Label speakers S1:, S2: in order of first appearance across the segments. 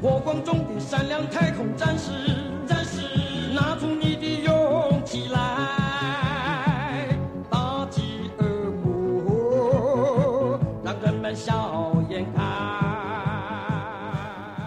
S1: 火光中的闪亮太空战士，战士，拿出你的勇气来，打击恶魔，让人们笑颜开。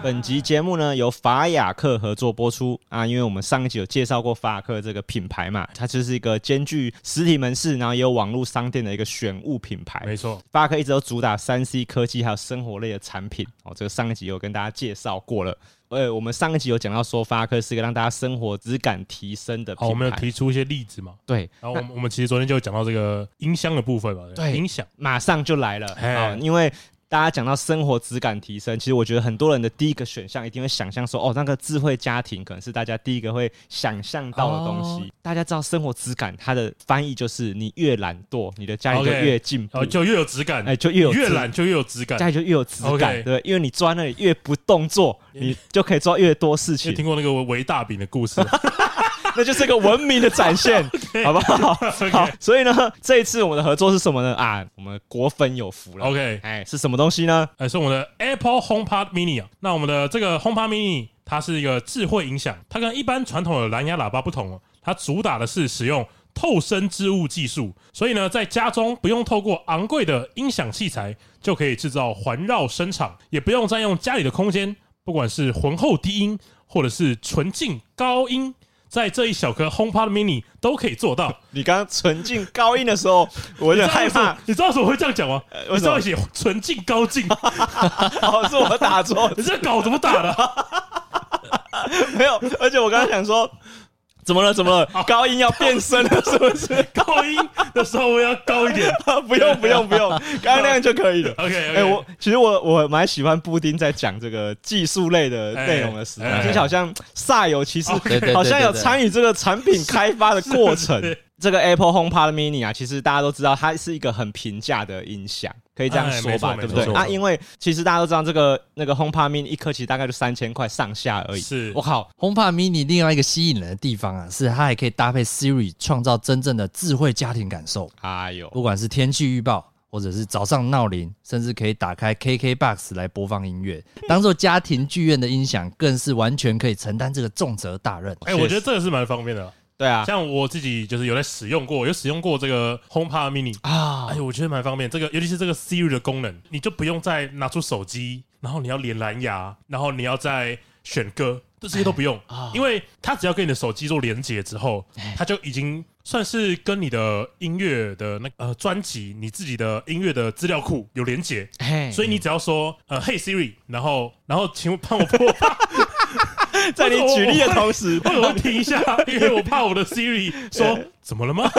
S2: 本集节目呢由法雅克合作播出啊，因为我们上一集有介绍过法雅克这个品牌嘛，它就是一个兼具实体门市，然后也有网络商店的一个选物品牌。
S3: 没错，
S2: 巴克一直都主打三 C 科技还有生活类的产品哦，这个上一集有跟大家介绍过了。呃，我们上一集有讲到说，巴克是一个让大家生活质感提升的品牌。
S3: 好，我们有提出一些例子嘛，
S2: 对，
S3: 然后我们我们其实昨天就有讲到这个音箱的部分嘛，
S2: 对嗯
S3: 音响，
S2: 马上就来了
S3: 嘿
S2: 啊、因为。大家讲到生活质感提升，其实我觉得很多人的第一个选项一定会想象说，哦，那个智慧家庭可能是大家第一个会想象到的东西。
S3: 哦
S2: 大家知道生活质感，它的翻译就是你越懒惰，你的家里就
S3: OK
S2: 越进步，
S3: 然后就越有质感，
S2: 哎，就越有
S3: 越
S2: 质哎
S3: 懒就越有质感。
S2: 家里就越有质感，
S3: OK
S2: 对，因为你坐在那里越不动作，你就可以做越多事
S3: 你有
S2: 情，
S3: 听过那个维大饼的故事吗？
S2: 那就是一个文明的展现，好不好？ 好，所以呢，这一次我们的合作是什么呢？啊，我们果粉有福了
S3: OK
S2: 哎，是什么东西呢？
S3: 哎，是我们的 Apple HomePod Mini 啊。那我们的这个 HomePod Mini，它是一个智慧音响，它跟一般传统的蓝牙喇叭不同哦，它主打的是使用透声织物技术，所以呢，在家中不用透过昂贵的音响器材就可以制造环绕声场，也不用占用家里的空间，不管是浑厚低音或者是纯净高音。在这一小颗 HomePod Mini 都可以做到，
S2: 你刚刚纯净高音的时候，我有点害怕，
S3: 你知道为什么会这样讲吗？
S2: 为什
S3: 你知
S2: 么
S3: 道写纯净 高进，
S2: 哦，是我打错字，
S3: 你这稿怎么打的啊？
S2: 没有，而且我刚刚想说。 怎么了？怎么了？高音要变声了，是 不是？
S3: 高音的时候我要高 一点。
S2: 不用，不用，不用，刚刚那样就可 以了。
S3: OK，
S2: 哎、
S3: 哎、
S2: 我其实我我蛮喜欢布丁在讲这个技术类的内容的时候，
S3: 哎哎哎
S2: 听起来好像煞有其事
S4: 对对对，对
S2: 好像有参与这个产品开发的过程
S3: 是是。
S2: 这个 Apple HomePod Mini 啊，其实大家都知道，它是一个很平价的音响，可以这样
S3: 哎
S2: 说
S3: 没错
S2: 吧，
S3: 没
S2: 对不
S3: 错
S2: 对？
S3: 没错
S2: 啊，因为其实大家都知道，这个那个 HomePod Mini 一颗其实大概就三千块上下而已。
S3: 哎是
S2: 我靠，
S4: HomePod Mini 另外一个吸引人的地方啊，是它还可以搭配 Siri 创造真正的智慧家庭感受，
S2: 哎呦，
S4: 不管是天气预报，或者是早上闹铃，甚至可以打开 KKBox 来播放音乐，当做家庭剧院的音响，更是完全可以承担这个重责大任。
S3: 哎、我觉得这个是蛮方便的啦。
S2: 对啊，
S3: 像我自己就是有在使用过，有使用过这个 HomePod Mini，
S2: 啊
S3: 哎，，我觉得蛮方便。这个尤其是这个 Siri 的功能，你就不用再拿出手机，然后你要连蓝牙，然后你要再选歌，这些都不用，
S2: 哎啊
S3: 因为它只要跟你的手机做连接之后，它就已经算是跟你的音乐的那呃专辑、你自己的音乐的资料库有连接，
S2: 哎
S3: 所以你只要说呃 Hey Siri，然后然后请帮我播放。
S2: 在你举例的同时，
S3: 或者我停一下，因为我怕我的 Siri 说
S2: 哎
S3: 怎么了吗？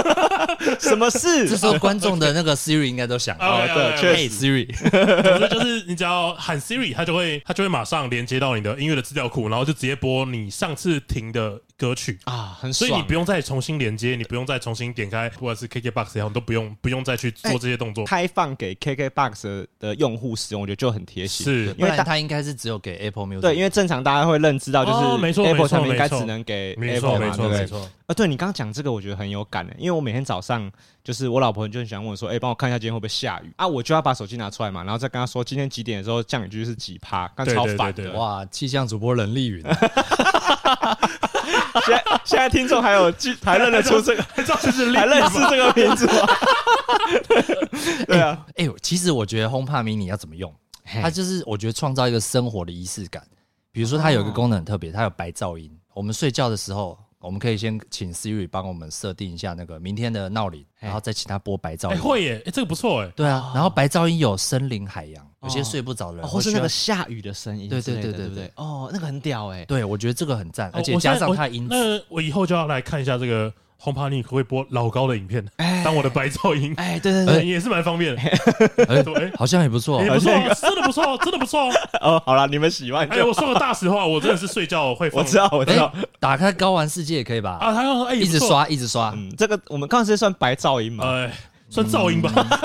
S2: 什么 事
S4: 这？时候观众的那个 Siri 应该都 想，
S3: 哎
S2: 哦，对，确
S4: 嘿
S2: 实，
S4: Siri，
S3: 总之就是你只要喊 Siri，它就会它就会马上连接到你的音乐的资料库，然后就直接播你上次听的歌曲。
S2: 啊，很
S3: 所
S2: 爽。
S3: 以你不用再重新连接，你不用再重新点开，不管是 KKBox 也好，你都不用不用再去
S4: 哎
S3: 做这些动作。
S2: 开放给 KKBox 的的用户使用，我觉得就很贴心。
S3: 是
S4: 不
S2: 因为
S4: 然
S2: 大
S4: 它应该是只有给 Apple Music。
S2: 对，因为正常大家会认知到，
S3: 哦
S2: 就
S3: 没
S2: 是
S3: 错
S2: Apple
S3: 没错
S2: 产品应该
S3: 没错
S2: 只能给
S3: 没错
S2: Apple
S3: 没
S2: 嘛，对
S3: 错
S2: 不
S3: 没
S2: 对？
S3: 错，
S2: 啊，对你刚刚讲这个，我觉得很有感的，欸因为我每天早上就是我老婆就很喜欢问我说：“哎，帮我看一下今天会不会下雨啊？”我就要把手机拿出来嘛，然后再跟她说今天几点的时候降雨几率是几趴，刚
S3: 对
S2: 超
S3: 对
S2: 烦
S3: 对
S2: 的。
S3: 对
S4: 哇，气象主播冷丽云，
S2: 现在现在听众还有记还认得出这个，
S3: 这是
S2: 还认识这个名字吗？ 对对啊，
S4: 哎、呦，其实我觉得 HomePod Mini 要怎么用，它就是我觉得创造一个生活的仪式感。比如说，它有
S3: 哦
S4: 一个功能很特别，它有白噪音。我们睡觉的时候，我们可以先请 Siri 帮我们设定一下那个明天的闹铃，然后再请它播白噪
S3: 哎
S4: 音。
S3: 会耶，哎这个不错哎，
S4: 对啊，然后白噪音有森林、海洋，有些睡不着的人
S2: 哦
S4: 会
S2: 或
S4: 需
S2: 是
S4: 要，
S2: 那个下雨的声音
S4: 对
S2: 之类
S4: 对
S2: 的，
S4: 对对
S2: 对不
S4: 对
S2: 对？哦，那个很屌哎，
S4: 对我觉得这个很赞，而且
S3: 哦我
S4: 加
S3: 现在
S4: 上
S3: 我
S4: 它音质，
S3: 那我以后就要来看一下这个 HomePod Mini 可不可以播老高的影片，当我的白噪音。
S2: 哎，对对对
S3: 哎，也是蛮方便的，
S4: 哎、
S3: 对，
S4: 好像也不错
S3: 哎
S4: 哦、
S3: 也不错啊，真的不错，真的不错。
S2: 哦，好了，你们喜欢
S3: 哎，我
S2: 就
S3: 说个大实话，我真的是睡觉会放。
S2: 我知道，我知道。
S4: 打开高玩世界也可以吧？
S3: 啊，他刚说哎，
S4: 一直
S3: 刷，
S4: 刷，一直刷。
S2: 嗯，这个我们刚才是算白噪音嘛？
S3: 呃，算噪音
S2: 嗯
S3: 吧，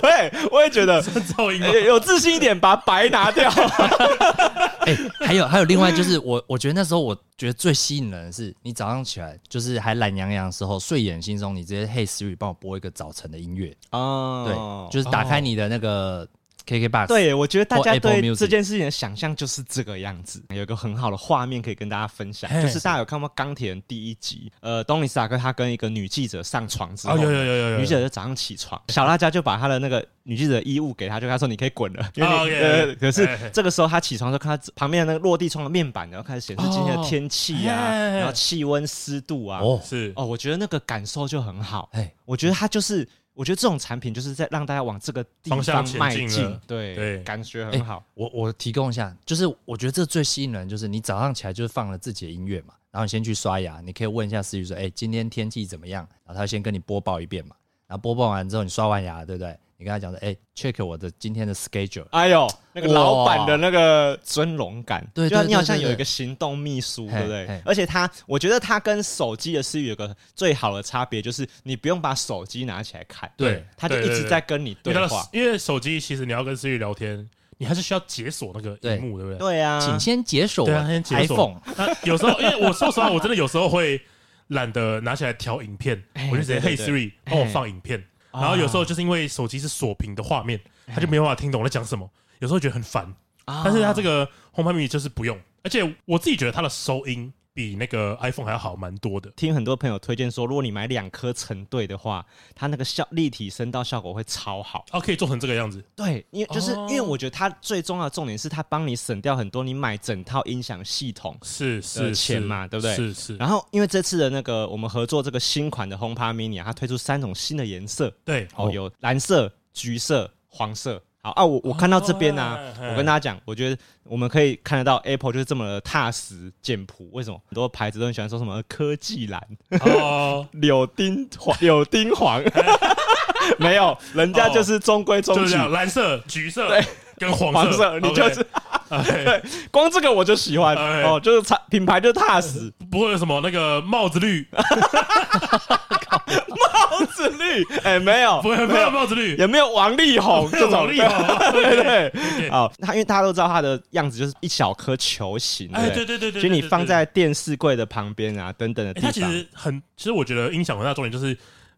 S2: 对，我也 觉得
S3: 噪音吧
S2: 有。有自信一点，把白拿掉。
S4: 哎、还有还有，另外就是我，我觉得那时候我觉得最吸引人的是，你早上起来就是还懒洋洋的时候，睡眼惺忪，你直接 Hey Siri 帮我播一个早晨的音乐，
S2: 哦
S4: 对，就是打开你的那个
S3: 啊
S4: KKBox，，
S2: 对，我觉得大
S4: 或
S2: 家
S4: Apple
S2: 对
S4: Music
S2: 这件事情的想象就是这个样子。有一个很好的画面可以跟大家分享，
S3: 嘿
S2: 就是大家有看过《钢铁人》第一集，呃，东尼斯塔克他跟一个女记者上床之后，
S3: 哦，有有有有有
S2: 女记
S3: 有，
S2: 者就早上起床，小辣椒就把她的那个女记者的衣物给她，就跟她说你可以滚 了。因为你
S3: 哦，OK，
S2: 呃
S3: OK，
S2: 可是
S3: 哎哎
S2: 这个时候她起床的时候，看她旁边的那个落地窗的面板，然后开始显示今天的
S3: 哦
S2: 天气
S3: 哎
S2: 啊，
S3: 哎哎
S2: 然后气温、湿度啊。
S4: 哦，
S3: 是
S2: 哦，我觉得那个感受就很好。
S4: 哎，
S2: 我觉得它就是，我觉得这种产品就是在让大家往这个地
S3: 方向
S2: 方
S3: 前
S2: 迈
S3: 进
S2: 进
S3: 了，
S2: 对
S3: 对
S2: 感觉
S4: 哎
S2: 很好。
S4: 我我提供一下，就是我觉得这最吸引人，就是你早上起来就是放了自己的音乐嘛，然后你先去刷牙，你可以问一下思雨说，哎、今天天气怎么样？然后他先跟你播报一遍嘛，然后播报完之后你刷完牙，对不对？你跟他讲说，哎、c h e c k 我的今天的 schedule，
S2: 哎呦，那个
S4: 哇
S2: 老板的那个尊荣感，
S4: 对
S2: 就像
S4: 对
S2: 你
S4: 对
S2: 好像
S4: 对
S2: 有一
S4: 对
S2: 个行动秘书，
S4: 嘿
S2: 对不对
S4: 嘿？
S2: 而且它，我觉得它跟手机的思域有个最好的差别，就是你不用把手机拿起来看，
S3: 对
S2: 它就
S3: 对
S2: 一
S3: 对
S2: 直
S3: 对
S2: 在跟你
S3: 因
S2: 对
S3: 为它的
S2: 话。
S3: 因为手机其实你要跟思雨聊天，你还是需要解锁那个荧幕，对不对？
S2: 对啊，
S4: 请先解锁我
S3: 对啊
S4: 的
S3: 先解锁
S4: iPhone，
S3: 那有时候，因为我说实话，我真的有时候会懒得拿起来调影片，
S2: 哎
S3: 我就直接
S2: 对对
S3: Hey
S2: 对
S3: Siri
S2: 哎
S3: 帮我放影片。然后有时候就是因为手机是锁屏的画面，他
S2: 哎
S3: 就没办法听懂我在讲什么，有时候觉得很烦。
S2: 啊
S3: 但是它这个红牌迷你就是不用，而且我自己觉得它的收音比那个 iPhone 还要好蛮多的。
S2: 听很多朋友推荐说，如果你买两颗成对的话，它那个效立体声道效果会超好。
S3: 哦，可以做成这个样子，
S2: 对，因为就是、
S3: 哦
S2: 因为我觉得它最重要的重点是它帮你省掉很多你买整套音响系统。
S3: 是
S2: 呃
S3: 是
S2: 钱嘛
S3: 是
S2: 对不对啊
S3: 是是，
S2: 然后因为这次的那个我们合作这个新款的 HomePod Mini，啊它推出三种新的颜色，
S3: 对，
S2: 哦，有蓝色、橘色、黄色。好啊，我我看到这边呢、
S3: 哦嘿
S2: 我跟大家讲，我觉得我们可以看得到 Apple 就是这么的踏实简朴。为什么很多牌子都很喜欢说什么科技蓝、
S3: 哦，
S2: 柳丁黄、柳丁黄？ 没有，人家就是中规中
S3: 哦就是
S2: 矩
S3: 这，样，蓝色、橘色
S2: 对
S3: 跟黄
S2: 黄色你就是
S3: OK，
S2: 对，光这个我就喜欢
S3: 哎
S2: 哦，就是产品牌就踏实，
S3: 不会有什么那个帽子 绿，
S2: 帽子绿，哎，没有，
S3: 不会没有帽子绿，
S2: 也没有王力宏这种
S3: 王力宏
S2: 对对
S3: 对
S2: 对，好，它因为大家都知道它的样子就是一小颗球形，
S3: 哎，
S2: 不
S3: 对对对对，
S2: 其实你
S3: 对
S2: 放。在电视柜的旁边啊，等等的
S3: 对对
S2: 地
S3: 哎它
S2: 方，
S3: 其实很，其实我觉得音响很大的重点就是，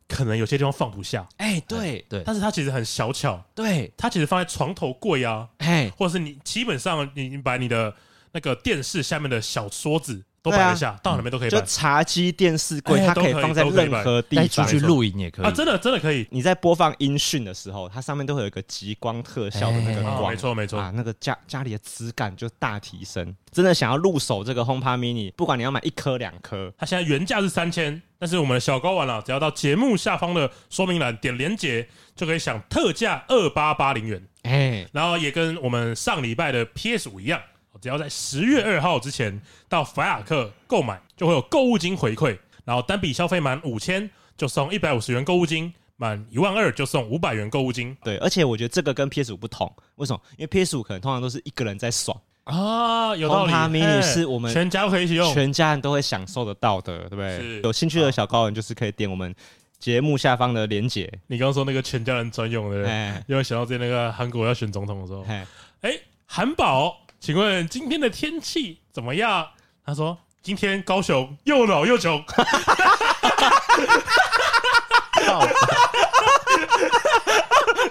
S3: 可能有些地方放不下，
S2: 哎，对
S4: 对
S3: 但是它其实很小巧，
S2: 对，
S3: 它其实放在床头柜啊，
S2: 哎，
S3: 或者是你基本上你你把你的那个电视下面的小桌子都
S2: 对啊
S3: 摆得下，到哪边都可以
S2: 就
S3: 摆
S2: 茶几、电视柜，
S3: 哎
S2: 它可以
S3: 都可以
S2: 放在
S3: 都可以
S2: 任何地
S4: 带
S2: 方。
S4: 出去露营也可以，
S3: 啊，真的真的可以，
S2: 你在播放音讯的时候，它上面都会有一个极光特效的那个
S4: 哎
S3: 啊
S2: 光，
S3: 没错没错
S2: 啊，那个家家里的质感就大提升。真的想要入手这个 HomePod Mini，不管你要买一颗两颗，
S3: 它现在原价是三千，但是我们的小高玩了，只要到节目下方的说明栏点连结，就可以享特价二八八零元。
S2: 哎、
S3: 然后也跟我们上礼拜的 PS 五一样，只要在十月二号之前到法雅克购买，就会有购物金回馈，然后单笔消费满五千就送一百五十元购物金，满一万二就送五百元购物金
S2: 对，而且我觉得这个跟 PS 五不同，为什么？因为 PS 五可能通常都是一个人在爽，
S3: 啊，有道理。
S2: 红趴 mini
S3: 嘿
S2: 是我们
S3: 全家都可以一起用，
S2: 全家人都会享受得到的，对不对
S3: 是？
S2: 有兴趣的小高人就是可以点我们节目下方的连结，
S3: 你刚刚说那个全家人专用的，
S2: 哎
S3: 因为想到之前那个韩国要选总统的时候，
S2: 哎，
S3: 哎，韩宝，请问今天的天气怎么样？他说今天高雄又老又穷，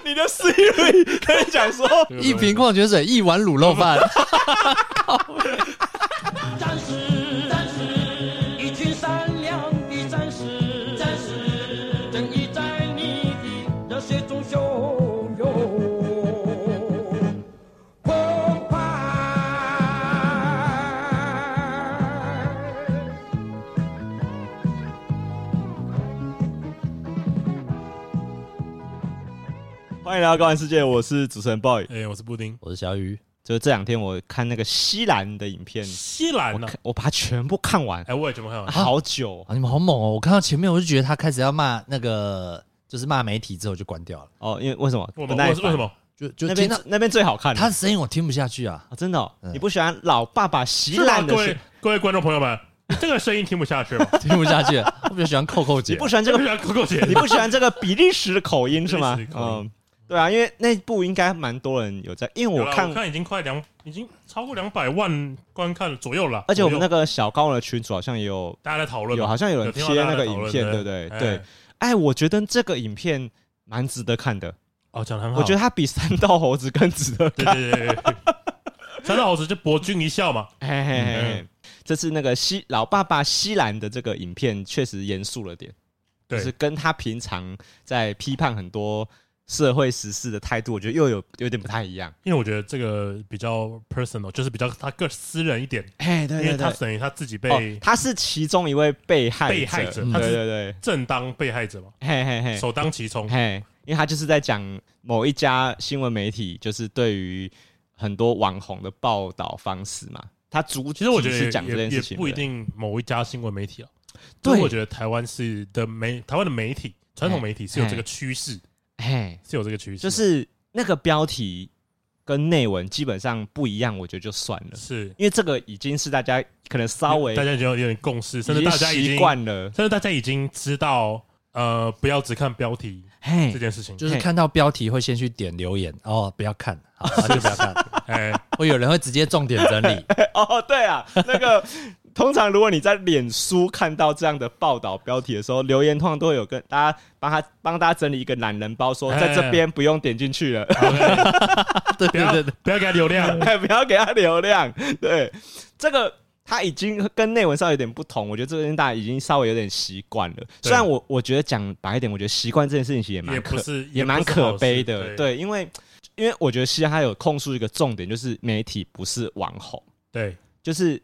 S2: 你的 Siri 可以讲 说，
S4: 一瓶矿泉水，一碗卤肉饭，
S1: 战士，战士，一群善良的战士，战士，正义在你的热血中汹涌澎湃。
S2: 欢迎来到高玩世界，我是主持人 boy。
S3: 哎，我是布丁，
S4: 我是小雨，
S2: 就是这两天我看那个西兰的影片，
S3: 西兰
S2: 我
S3: 呢
S2: 看？我把它全部看完，
S3: 哎，我也全部看完。
S2: 好久
S4: 啊，你们好猛哦！我看到前面我就觉得他开始要骂那个，就是骂媒体之后就关掉了，
S2: 哦，因为为什么？
S3: 为什
S2: 不
S3: 么？
S2: 耐
S3: 为
S2: 烦
S3: 什？么？
S4: 就就
S2: 那
S4: 听
S2: 边
S4: 到
S2: 那边最好看了
S4: 他的声音我听不下去啊。
S2: 啊，真的哦，
S4: 嗯
S2: 你不喜欢老爸爸洗
S3: 是吧
S2: 懒的
S3: 各
S2: 声
S3: 位各位观众朋友们，这个声音听不下去吗？
S4: 听不下去，我比较喜欢扣扣
S2: 你
S4: 姐
S2: 不。喜 欢这
S3: 对不
S2: 个
S3: 起啊，Coco 姐，
S2: 你不喜欢这个比利时的口音是吗
S3: 比利时？的口
S2: 嗯，对啊，因为那部应该蛮多人有在，因为
S3: 有
S2: 我
S3: 啦
S2: 看
S3: 我，看已经快两，已经超过两百万观看左右了。
S2: 而且我们
S3: 左
S2: 那
S3: 右
S2: 个小高的群主好像也有
S3: 大家在讨论嘛，
S2: 有，好啊像有人
S3: 有听
S2: 贴
S3: 到大
S2: 那个
S3: 家讨
S2: 影
S3: 论哎
S2: 片，对
S3: 对
S2: 不对？
S3: 哎
S2: 对，哎，我觉得这个影片蛮值得看的。
S3: 哦，讲的很好，
S2: 我觉得它比三道猴子更值得
S3: 对对对对 对，三道猴子就博君一笑嘛，
S2: 嘿嘿
S3: 嗯
S2: 嘿嘿，这次那个西老爸爸西兰的这个影片确实严肃了点，
S3: 对
S2: 就是跟他平常在批判很多社会时事的态度，我觉得又有有点不太一样。
S3: 因为我觉得这个比较 personal，就是比较他个私人一点，
S2: 哎，对
S3: 因为他等于他自己
S2: 哦
S3: 被，
S2: 他是其中一位被害
S3: 被害者
S2: 对
S3: 他是
S2: 对对，
S3: 正当被害者嘛，
S2: 嘿嘿嘿，
S3: 首当其冲，
S2: 嘿，因为他就是在讲某一家新闻媒体，就是对于很多网红的报道方式嘛。他主
S3: 其实我觉
S2: 体是
S3: 得
S2: 讲这
S3: 也
S2: 件
S3: 也
S2: 事情的，
S3: 不一定某一家新闻媒体啊，
S2: 对
S3: 但是我觉得台湾是的媒台湾的媒体传统媒体是有
S2: 哎
S3: 这个趋势，
S2: 嘿，
S3: 是有这个趋势的，
S2: 就是那个标题跟内文基本上不一样，我觉得就算了，
S3: 是
S2: 因为这个已经是大家可能稍微
S3: 大家已经有有点共识，甚至
S2: 已
S3: 大
S2: 经
S3: 家已经
S2: 习，惯了，
S3: 甚至大家已经知道，呃，不要只看标题
S2: 嘿
S3: 这，件事情，
S4: 就是
S2: 嘿
S4: 看到标题会先去点留言，哦，不要看，
S3: 啊
S4: 好，那就不 要看。
S3: 哎，
S4: 会有人会直接重点整理，
S2: 哦，对啊，那个通常如果你在脸书看到这样的报道标题的时候，留言通常都会有跟大家帮他帮大家整理一个懒人包，说
S3: 哎
S2: 在这边不用点进去了，
S4: 对
S3: 不
S4: 对
S3: 要
S4: 对对，
S3: 不要给他流量，
S2: 哎 不要给他流量。对，这个他已经跟内文稍微有点不同，我觉得这边大家已经稍微有点习惯了。
S3: 对
S2: 虽然我我觉得讲白一点，我觉得习惯这件事情其实也蛮
S3: 也
S2: 可
S3: 不是
S2: 也
S3: 不是
S2: 蛮可悲
S3: 好
S2: 的
S3: 事。对
S2: 对，因为因为我觉得西安他有控诉一个重点，就是媒体不是网红。
S3: 对，
S2: 就是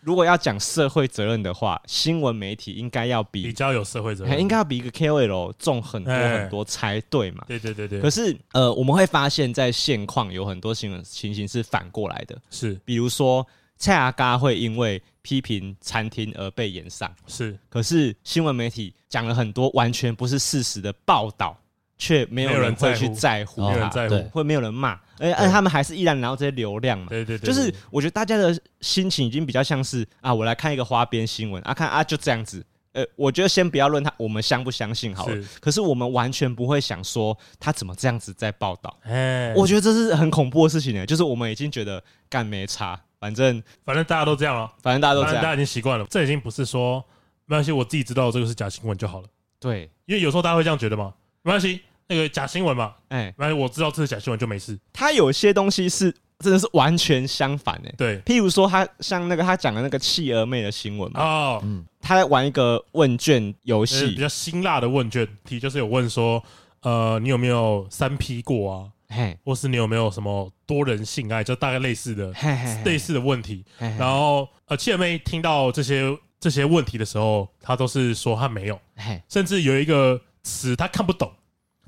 S2: 如果要讲社会责任的话，新闻媒体应该要
S3: 比
S2: 比
S3: 较有社会责
S2: 嘿
S3: 任，
S2: 应该要比一个 KOL 重很多
S3: 哎
S2: 很多才对嘛。
S3: 对对对
S2: 可
S3: 对，
S2: 是呃，我们会发现，在现况有很多新闻情形是反过来的，
S3: 是
S2: 比如说蔡阿嘎会因为批评餐厅而被延上，
S3: 是
S2: 可是新闻媒体讲了很多完全不是事实的报道，却没
S3: 没
S2: 有
S3: 有人
S2: 人会
S3: 在
S2: 去
S3: 乎
S2: 在乎
S3: 没有人
S2: 它
S3: 在乎
S4: 对，
S2: 会没有人骂，而而他们还是依然拿到这些流量嘛。
S3: 对对对，
S2: 就是
S3: 对
S2: 我觉得大家的心情已经比较像是啊，我来看一个花边新闻啊，看啊就这样子。呃，我觉得先不要论他，我们相不相信好了。
S3: 是
S2: 可是我们完全不会想说他怎么这样子在报道，
S3: 哎，
S2: 我觉得这是很恐怖的事情呢。就是我们已经觉得干没差，反正
S3: 反正大家都这样了，
S2: 反正大家都
S3: 反
S2: 这
S3: 正大
S2: 样
S3: 家，已经习惯了，这已经不是说没关系，我自己知道这个是假新闻就好了，
S2: 对，
S3: 因为有时候大家会这样觉得嘛，没关系，那个假新闻嘛，
S2: 哎、
S3: 没关系，我知道这是假新闻就没事，
S2: 他有些东西是真的是完全相反呢。
S3: 对，
S2: 譬如说他像那个他讲的那个弃儿妹的新闻嘛，
S3: 哦，
S2: 他在玩一个问卷游
S3: 就是比
S2: 戏，
S3: 较辛辣的问卷题，就是有问说，呃，你有没有三 P 过啊，
S2: 嘿，
S3: 或是你有没有什么多人性爱，就大概类似的
S2: 嘿嘿嘿
S3: 类似的问题。
S2: 嘿嘿
S3: 然后呃，七姐妹听到这些这些问题的时候，她都是说她没有，
S2: 嘿，
S3: 甚至有一个词她看不懂，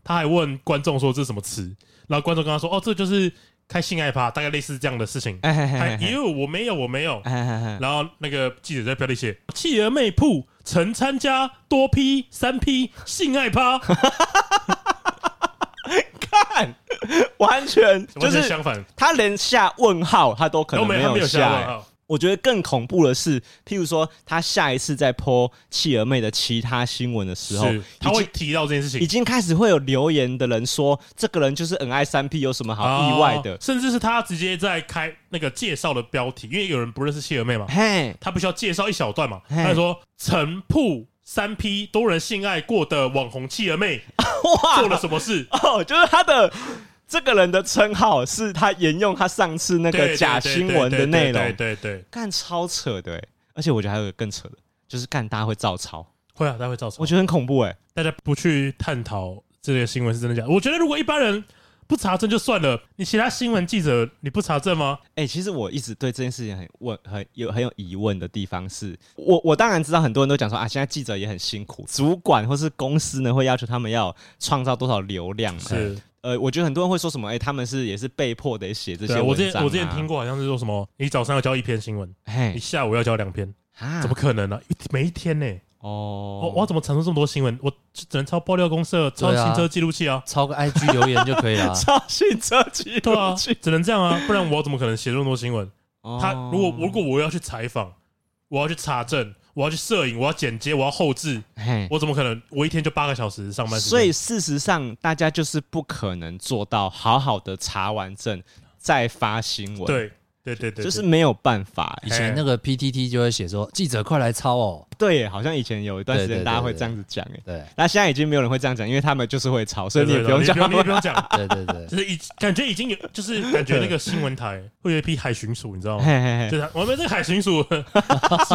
S3: 她还问观众说这是什么词，然后观众跟她说哦，这就是开性爱趴，大概类似这样的事情。
S2: 哎嘿嘿
S3: 哎
S2: 嘿嘿
S3: 呦，我没有，我没有。
S2: 哎哎哎，
S3: 然后那个记者在标题写“弃儿妹铺曾参加多批三批性 爱趴
S2: 看，完全”，就
S3: 完全
S2: 是
S3: 相反，
S2: 他连下问号他都可
S3: 都
S2: 能
S3: 没他没
S2: 有
S3: 有下
S2: 下、
S3: 问
S2: 欸。
S3: 号，
S2: 我觉得更恐怖的是，譬如说他下一次再播弃儿妹的其他新闻的时候
S3: 是，他
S2: 已
S3: 会
S2: 经
S3: 提到这件事情
S2: 已，经开始会有留言的人说，这个人就是很爱三 P，有什么好意外
S3: 哦
S2: 的？
S3: 甚至是他直接在开那个介绍的标题，因为有人不认识谢尔妹嘛，
S2: 嘿，
S3: 他必须要介绍一小段嘛，
S2: 嘿
S3: 他就说陈铺三批多人性爱过的网红弃儿妹
S2: 哇，？
S3: 做了什么事
S2: 哦，就是他的这个人的称号是他沿用他上次那
S3: 对
S2: 个假新闻的内容，
S3: 对对对对，对
S2: 干超扯的、欸，而且我觉得还有一个更扯的，就是干大家会照抄，
S3: 会啊，他会造成
S2: 我觉得很恐怖哎、
S3: 大家不去探讨这个新闻是真的假的。我觉得如果一般人不查证就算了，你其他新闻记者你不查证吗？
S2: 哎、其实我一直对这件事情很问很有很有疑问的地方是，我我当然知道很多人都讲说啊，现在记者也很辛苦，主管或是公司呢会要求他们要创造多少流量嘛？
S3: 是，
S2: 呃，我觉得很多人会说什么，哎、他们是也是被迫得写这些
S3: 对啊，我之前我之前听
S2: 过，
S3: 过，好像是说什么，你早上要交一篇新闻，你
S2: 嘿，
S3: 下午要交两篇，
S2: 啊，
S3: 怎么可能呢、一每一天呢、
S2: 哦，
S3: 我我要怎么产出这么多新闻？我就只能抄爆料公社、抄
S4: 对啊
S3: 行车记录器啊，
S4: 抄个 IG 留言就可以了啊。
S2: 操行车记
S3: 对啊
S2: 录器，，
S3: 只能这样啊，不然我怎么可能写这么多新闻？他
S2: 哦
S3: 如果如果我要去采访，我要去查证，我要去摄影，我要剪接，我要后置，
S2: 嘿，
S3: 我怎么可能？我一天就八个小时上班时间，
S2: 所以事实上大家就是不可能做到好好的查完证再发新闻，，
S3: 对对对对，
S2: 就是
S3: 对
S2: 没有办法、哎
S4: 以前那个 PTT 就会写说，记者快来抄哦，
S2: 对耶，好像以前有一段时
S4: 对
S2: 间
S4: 对
S2: 大家
S4: 对
S2: 会
S4: 对
S2: 这样子讲哎，
S4: 对
S2: 那现在已经没有人会这样讲，因为他们就是会吵，所以你也
S3: 对
S2: 不用
S3: 对对
S2: 讲
S3: 你。也不用讲，
S4: 对对对，
S3: 就是已感觉已经有，就是感觉那个新闻台会有一批海巡署，你知道吗？
S2: 嘿嘿嘿
S3: 就是我们这个海 巡署，是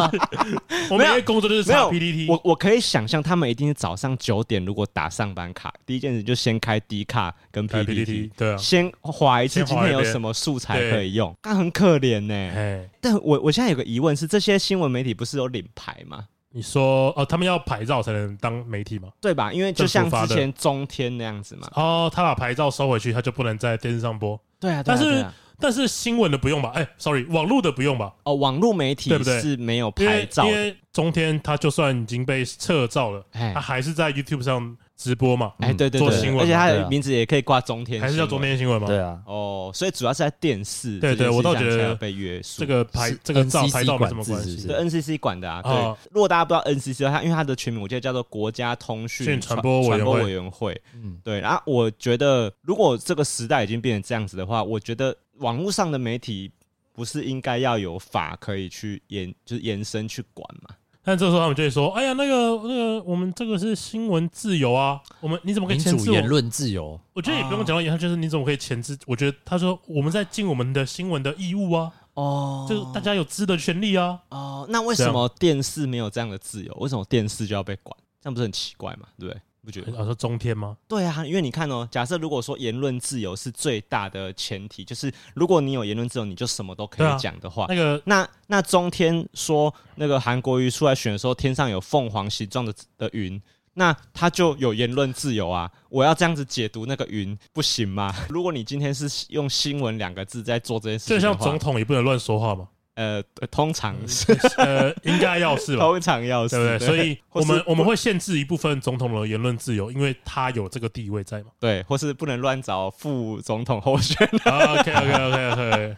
S3: 我们因为工作就是
S2: 没
S3: 查
S2: 有
S3: PPT，
S2: 我我可以想象他们一定是早上九点，如果打上班卡，第一件事就先开 D 卡跟
S3: 开
S2: PPT，
S3: PPT 对啊
S2: 先划一次
S3: 先
S2: 今
S3: 划一
S2: 天有
S3: 遍
S2: 什么素材
S3: 对
S2: 可以用，那很可怜呢。
S3: 哎，
S2: 但我我现在有个疑问是，这些新闻媒体不是有领牌吗？
S3: 你说哦，他们要牌照才能当媒体吗？
S2: 对吧？因为就
S3: 政
S2: 像
S3: 府发
S2: 之
S3: 的
S2: 前中天那样子嘛。
S4: 啊
S3: 哦，他把牌照收回去，他就不能在电视上播。
S2: 对啊，
S3: 但
S2: 对啊对
S3: 是
S2: 啊
S3: 但是新闻的不用吧？哎，sorry，网络的不用吧？
S2: 哦，网络媒体
S3: 对不对
S2: 是没有
S3: 因
S2: 牌
S3: 为
S2: 照
S3: 因
S2: 的。
S3: 为中天他就算已经被撤照了，
S2: 哎
S3: 他还是在 YouTube 上直播嘛，
S2: 哎，对对
S3: 嗯做
S2: 对
S3: 新，闻
S2: 而且它
S4: 对
S2: 的
S4: 啊
S2: 名字也可以挂中天，
S3: 还是叫中。天新闻嘛？
S4: 哎对啊，
S2: 哦，所以主要是在电视
S3: 对
S2: 这件
S3: 对我
S2: 事
S3: 倒
S2: 上
S3: 觉得
S2: 才有被约束。
S3: 这个牌
S4: 是
S3: 这个照
S4: NCC
S3: 牌照没什么
S4: 管制
S3: 关
S4: 是不
S3: 系
S4: 是。
S2: 对 NCC 管的啊，对。
S3: 哦
S2: 如果大家不知道 NCC，它因为它的全名我记得叫做国家通讯
S3: 讯传播委
S2: 传
S3: 员会
S2: 播委员会。
S4: 嗯，
S2: 对，然后我觉得，如果这个时代已经变成这样子的话，我觉得网络上的媒体不是应该要有法可以去延，就是延伸去管嘛？
S3: 但这时候他们就会说：“哎呀，那个那个，我们这个是新闻自由啊， 我们你怎么可以哦
S4: 民
S3: 钳
S4: 主
S3: 制我
S4: 言
S3: 们？
S4: 论啊自由，
S3: 我觉得也不用讲到言论，就是你怎么可以钳制？我觉得他说我们在尽我们的新闻的义务啊，
S2: 哦
S3: 就是大家有知的权利啊。
S2: 哦，那为
S3: 这
S2: 什
S3: 样
S2: 么电视没有这样的自由？为什么电视就要被管？这样不是很奇怪嘛？对不对？不觉得吗？
S3: 我说中天吗？
S2: 对啊，因为你看哦，假设如果说言论自由是最大的前提，就是如果你有言论自由，你就什么都可
S3: 对啊
S2: 以讲的话，
S3: 那个
S2: 那那中天说那个韩国瑜出来选的时候，天上有凤凰形状的的云。那他就有言论自由啊！我要这样子解读那个云不行吗？ 如果你今天是用新闻两个字在做这件事情
S3: 就
S2: 的
S3: 像
S2: 话，
S3: 总统也不能乱说话嘛，
S2: 呃，呃通常是
S3: 呃，应该要是吧，
S2: 通常要是
S3: 对不对？所以
S2: 或
S3: 我
S2: 是
S3: 们我们会限制一部分总统的言论自由，因为他有这个地位在嘛。
S2: 对，或是不能乱找副总统候选人
S3: OK OK OK OK，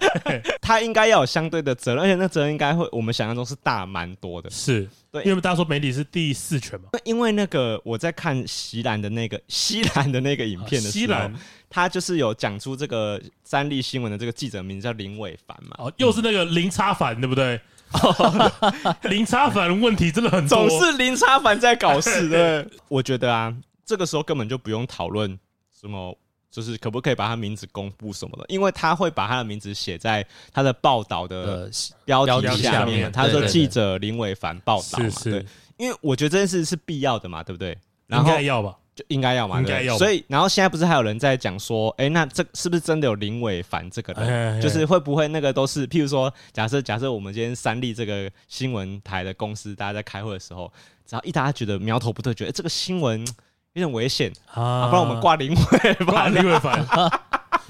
S2: 他应该要有相对的责任，而且那责任应该会我们想象中是大蛮多的。
S3: 是
S2: 对
S3: 因为大家说媒体是第四权嘛，
S2: 因为那个我在看席兰的那个 西兰的那个影片的时
S3: 西
S2: 候
S3: 兰，
S2: 他就是有讲出这个三立新闻的这个记者名字叫林伟凡嘛，
S3: 哦，又是那个零差反，对不对？零差反问题真的很多，
S2: 总是林差凡在搞事的。我觉得啊，这个时候根本就不用讨论什么。就是可不可以把他名字公布什么的，因为他会把他的名字写在他的报道的
S4: 呃，
S2: 标
S4: 标
S2: 题
S4: 题
S2: 下
S3: 下
S2: 面嘛。
S3: 面
S2: 他
S4: 对
S2: 说
S4: 对
S2: 记
S4: 对
S2: 者林伟凡报道嘛
S3: 是，是
S2: 对，因为我觉得这件事是必要的嘛，对不对？然
S3: 应
S2: 后
S3: 该要吧？
S2: 就应该要嘛，
S3: 应
S2: 对不
S3: 该
S2: 对
S3: 要吧
S2: 所以，然后现在不是还有人在讲说，哎、那这是不是真的有林伟凡这个人？
S3: 哎哎哎
S2: 就是会不会那个都是，譬如说，假设假设我们今天三立这个新闻台的公司，大家在开会的时候，只要一大家觉得苗头不对，觉得、诶这个新闻有点危险、啊，
S3: 啊
S2: 不然我们挂林伟
S3: 挂
S2: 凡。
S3: 林伟凡。
S4: 啊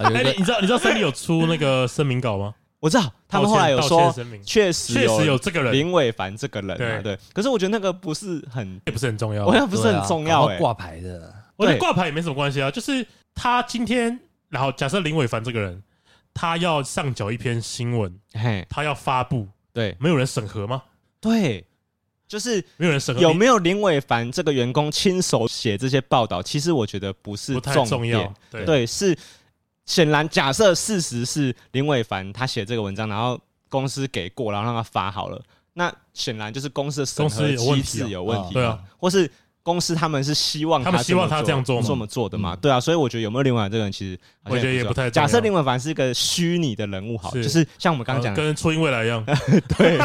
S4: 有
S3: 哎，
S4: 一
S3: 你
S4: 个
S3: 你知道你知道三立有出那个声明稿吗？
S2: 我知道 他们后来有
S3: 道歉
S2: 说
S3: 道歉声明，
S2: 确实
S3: 确实有这个人，
S2: 林伟凡这个人嘛，
S3: 对
S2: 对。可是我觉得那个不是很，
S3: 也不是很重要
S2: 我。想不是
S4: 对啊
S2: 很重要
S4: 搞
S2: 哎、
S4: 到挂牌的，
S3: 我觉
S2: 对
S3: 得挂牌也没什么关系啊，就是他今天，然后假设林伟凡这个人，他要上缴一篇新闻，
S2: 嘿，
S3: 他要发布，
S2: 对
S3: 没有人审核吗？
S2: 对，就是
S3: 没有人审核，
S2: 有没有林伟凡这个员工亲手写这些报道？其实我觉得不是
S3: 不太
S2: 重
S3: 重要
S2: 点，？
S3: 对
S2: 对，是显然假设事实是林伟凡他写这个文章，然后公司给过，然后让他发好了，那显然就是公司的审
S3: 公司
S2: 核
S3: 有问
S2: 机
S3: 题啊
S2: 制有问题嘛，
S3: 对啊
S2: 或是公司他们是希望
S3: 他们希望他这样
S2: 做
S3: 做嘛嗯
S2: 这么做的嘛？对啊，所以我觉得有没有林伟凡这个人，其实好像
S3: 我觉得也
S2: 重
S3: 不太
S2: 要
S3: 重要
S2: 假设林伟凡是一个虚拟的人物，好，
S3: 是
S2: 就是像我们刚刚
S3: 呃
S2: 讲的，
S3: 跟初音未来 一样，
S2: 对，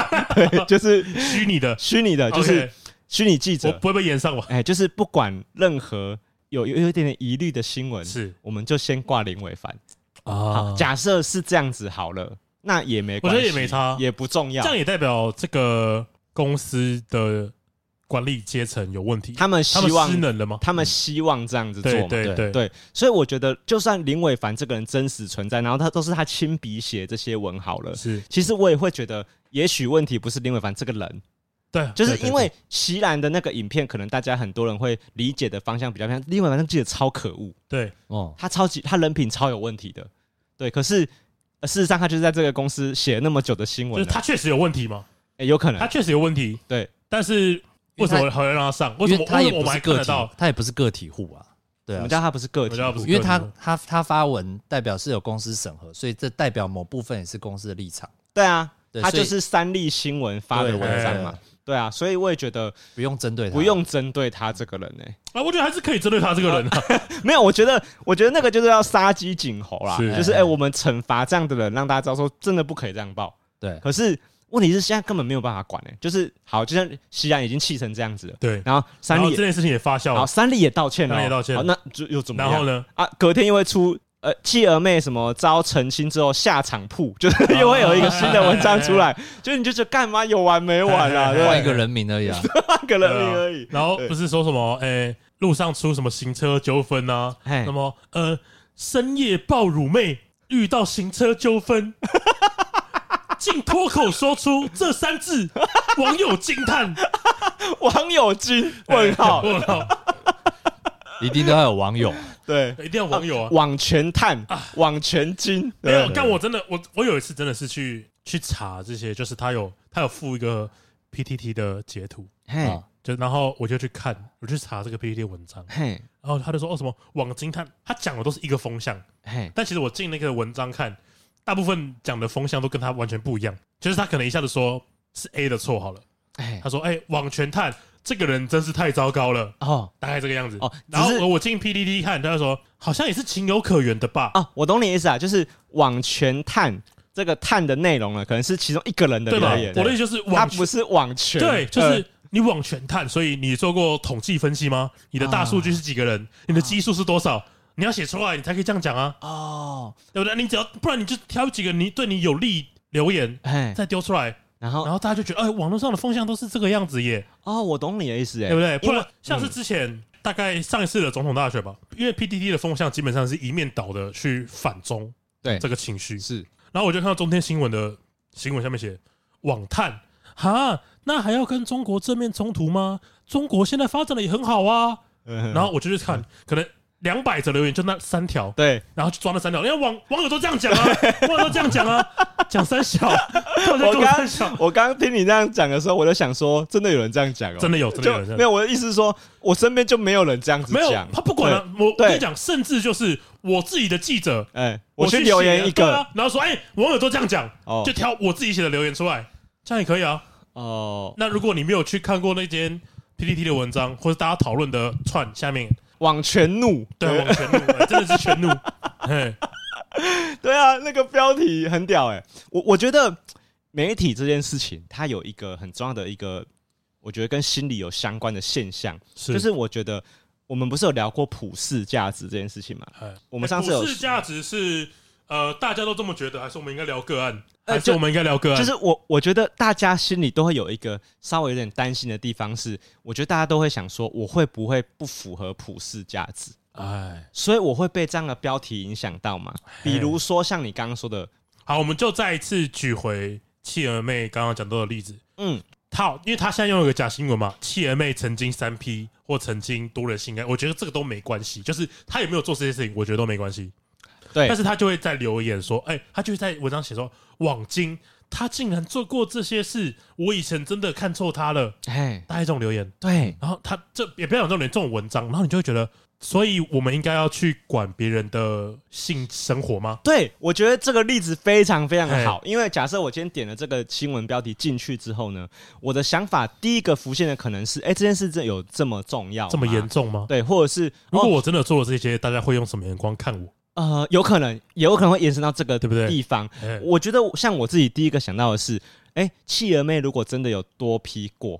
S2: 就是
S3: 虚拟的，
S2: 虚拟呃的，就是
S3: 哦 OK，
S2: 虚拟记
S3: 我
S2: 者，
S3: 不会被延上吧？
S2: 哎，就是不管任何有有有一点点疑虑的新闻，
S3: 是
S2: 我们就先挂林伟凡。嗯好，
S3: 啊
S2: 假设是这样子好了，那也没关系，
S3: 我觉得也没差
S2: 也不重要
S3: 这。样也代表这个公司的管理阶层有问题，
S2: 他们
S3: 他
S2: 希
S3: 们
S2: 望
S3: 失能了吗？
S2: 他们希望这样子做
S3: 对
S2: 嘛？
S3: 对对
S2: 对，所以我觉得，就算林伟凡这个人真实存在，然后他都是他亲笔写这些文好了，
S3: 是，
S2: 其实我也会觉得，也许问题不是林伟凡这个人，
S3: 对，
S2: 就是
S3: 对对
S2: 因为席兰的那个影片，可能大家很多人会理解的方向比较偏，林伟凡那个记者超可恶，
S3: 对
S4: 哦，
S2: 他超级他人品超有问题的，对。可是、呃事实上，他就是在这个公司写了那么久的新
S3: 就
S2: 闻
S3: 是
S2: 了，
S3: 他确实有问题嘛，
S2: 欸有可
S3: 他
S2: 能
S3: 确实有问题，
S2: 对。
S3: 但是为什
S4: 因
S3: 么还要让他上？为什
S4: 因
S3: 么
S4: 为他也
S3: 为什么我
S4: 不
S3: 们还
S4: 是
S3: 看
S4: 个
S3: 得
S4: 体
S3: 到？，
S4: 他也不是个体户啊，对
S2: 我
S4: 啊
S2: 们，叫他不是个体
S3: 我们叫他不
S2: 户，
S3: 是
S4: 因为
S3: 个体
S4: 他
S3: 户
S4: 他他发文代表是有公司审核，所以这代表某部分也是公司的立场。
S2: 对啊，
S4: 对
S2: 他
S4: 所以
S2: 就是三立新闻发的文章嘛，对啊，所以我也觉得
S4: 不用针对他，啊
S2: 不用针对他这个人呢、
S3: 啊，我觉得还是可以针对他这个人啊，
S2: 没有，我觉得，我觉得那个就是要杀鸡儆猴啦，
S3: 是
S2: 就是哎、我们惩罚这样的人，让大家知道说真的不可以这样报。
S4: 对
S2: 可是问题是现在根本没有办法管哎、就是好，就像西安已经气成这样子了，
S3: 对。
S2: 然后
S3: 然
S2: 三
S3: 后
S2: 立
S3: 这
S2: 也
S3: 件事情也发酵
S2: 好，
S3: 了，
S2: 三立也道歉了哦，
S3: 三立也道歉
S2: 好，那就又怎么
S3: 然
S2: 样？
S3: 后呢，
S2: 啊，隔天又会出呃妻儿妹什么遭澄清之后下场铺， 就是又会有一个新的文章出
S3: 啊哎
S2: 来，就是你就觉得干嘛有完没完 啊？对，
S4: 换一个人名而已 啊。
S2: 换个人名而已。
S3: 然后
S2: 对
S3: 不是说什么，哎，路上出什么行车纠纷啊，
S2: 哎
S3: 那，么呃，深夜抱乳妹遇到行车纠纷， 竟脱口说出这三字，网友惊叹。啊
S2: 网友君问号，
S3: 问号，
S4: 一定都要有 网友，
S2: 对，
S3: 一定要网友啊！
S2: 网全探，网全金，
S3: 啊没有，
S2: 对
S3: 但我真的，我我有一次真的是去去查这些，就是他有他有附一个 PTT 的截图，
S2: 嘿
S4: 啊
S3: 就然后我就去看，我去查这个 PTT 文章，
S2: 嘿
S3: 然后他就说哦什么网惊叹，他讲的都是一个风向，
S2: 嘿，
S3: 但其实我进那个文章看，大部分讲的风向都跟他完全不一样。就是他可能一下子说是 A 的错好了，
S2: 哎
S3: 他说：“哎、网全探这个人真是太糟糕了。
S2: 哦”
S3: 大概这个样子。
S2: 哦
S3: 然后
S2: 只是
S3: 我我进 PDD 看，他就说好像也是情有可原的吧？
S2: 啊，我懂你的意思啊，就是网全探这个探的内容了，啊可能是其中一个人的
S3: 对吧
S2: 留言，？
S3: 我的意思就是
S2: 他
S3: 网
S2: 不是网全，
S3: 对，就
S2: 呃
S3: 是你网全探，所以你做过统计分析吗？你的大数据是几个人？你的基数是多少？你要写出来，你才可以这样讲啊，
S2: 哦，
S3: 对不对？你只要不然你就挑几个你对你有利留言
S2: 哎，
S3: 再丢出来，
S2: 然后
S3: 然后大家就觉得哎，网络上的风向都是这个样子耶。
S2: 哦，我懂你的意思，哎
S3: 对，不对？不
S2: 因为
S3: 然像是之前大概上一次的总统大选吧，因为 PDD 的风向基本上是一面倒的去反中
S4: 对
S3: 这个情绪，
S4: 是
S3: 然后我就看到中天新闻的新闻下面写网探哈，那还要跟中国正面冲突吗？中国现在发展的也很好啊。
S2: 嗯
S3: 然后我就去看，可能两百则留言就那三条，
S2: 对，
S3: 然后就抓那三条，因为网网友都这 样讲啊，网友都这样讲啊，讲三小，到底在
S2: 我
S3: 跟我三小
S2: 刚，我刚听你这样讲的时候，我就想说，真的有人这样讲哦，
S3: 真的有，真的有人这
S2: 就
S3: 样
S2: 没。有我的意思是说，我身边就没有人这样子
S3: 没有
S2: 讲，，
S3: 他不管啊了、我我
S2: 对
S3: 跟你讲，甚至就是我自己的记者，
S2: 对，哎，我去
S3: 写
S2: 留言一
S3: 对
S2: 个
S3: 啊，然后说，哎、网友都这样讲，
S2: 哦
S3: 就挑我自己写的留言出来，这样也可以啊。
S2: 哦，
S3: 那如果你没有去看过那间 PPT 的文章，或是大家讨论的串下面，
S2: 网全怒，
S3: 对，我们全怒、哎真的是全怒， 嘿，
S2: 对啊，那个标题很屌哎、我我觉得媒体这件事情，它有一个很重要的一个，我觉得跟心理有相关的现象，
S3: 是
S2: 就是我觉得我们不是有聊过普世价值这件事情嘛？
S3: 哎
S2: 我们上次有
S3: 普世价值是呃，大家都这么觉得，还是我们应该聊个案？
S2: 呃
S3: 还是
S2: 就
S3: 我们应该聊个案？
S2: 就是我我觉得大家心里都会有一个稍微有点担心的地方是，我觉得大家都会想说，我会不会不符合普世价值？
S3: 哎，
S2: 所以我会被这样的标题影响到嘛？比如说像你刚刚说的，
S3: 好，我们就再一次举回契儿妹刚刚讲到的例子，
S2: 嗯，
S3: 他因为他现在用了一个假新闻嘛，契儿妹曾经三 P 或曾经多人性爱，我觉得这个都没关系，就是他有没有做这些事情，我觉得都没关系。
S2: 对
S3: 但是他就会在留言说，哎、他就会在文章写说，网金他竟然做过这些事，我以前真的看错他了，
S2: 哎，
S3: 大概这种留言。
S2: 对，
S3: 然后他这也不要讲这种人这种文章，然后你就会觉得，所以我们应该要去管别人的性生活吗？
S2: 对，我觉得这个例子非常非常的好，因为假设我今天点了这个新闻标题进去之后呢，我的想法第一个浮现的可能是，哎、这件事真的有这么重要吗，
S3: 这么严重吗？
S2: 哦对，或者是
S3: 如果
S2: 哦、
S3: 我真的做了这些，大家会用什么眼光看我？
S2: 呃，有可能，也有可能会延伸到这个
S3: 对不对
S2: 地方。
S3: 哎
S2: 我觉得像我自己第一个想到的是，哎、企鹅妹如果真的有多批过，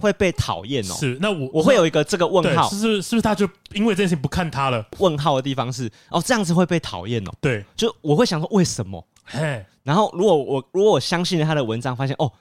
S2: 会被讨厌哦。
S3: 嗯是，那我
S2: 我会有一个这个问
S3: 对，
S2: 号
S3: 是，不是是不是他就因为这件事情不看他了？
S2: 问号的地方是，哦，这样子会被讨厌哦。
S3: 对，
S2: 就我会想说，为什么？
S3: 嘿，
S2: 然后如果我如果我相信了他的文章，发现哦，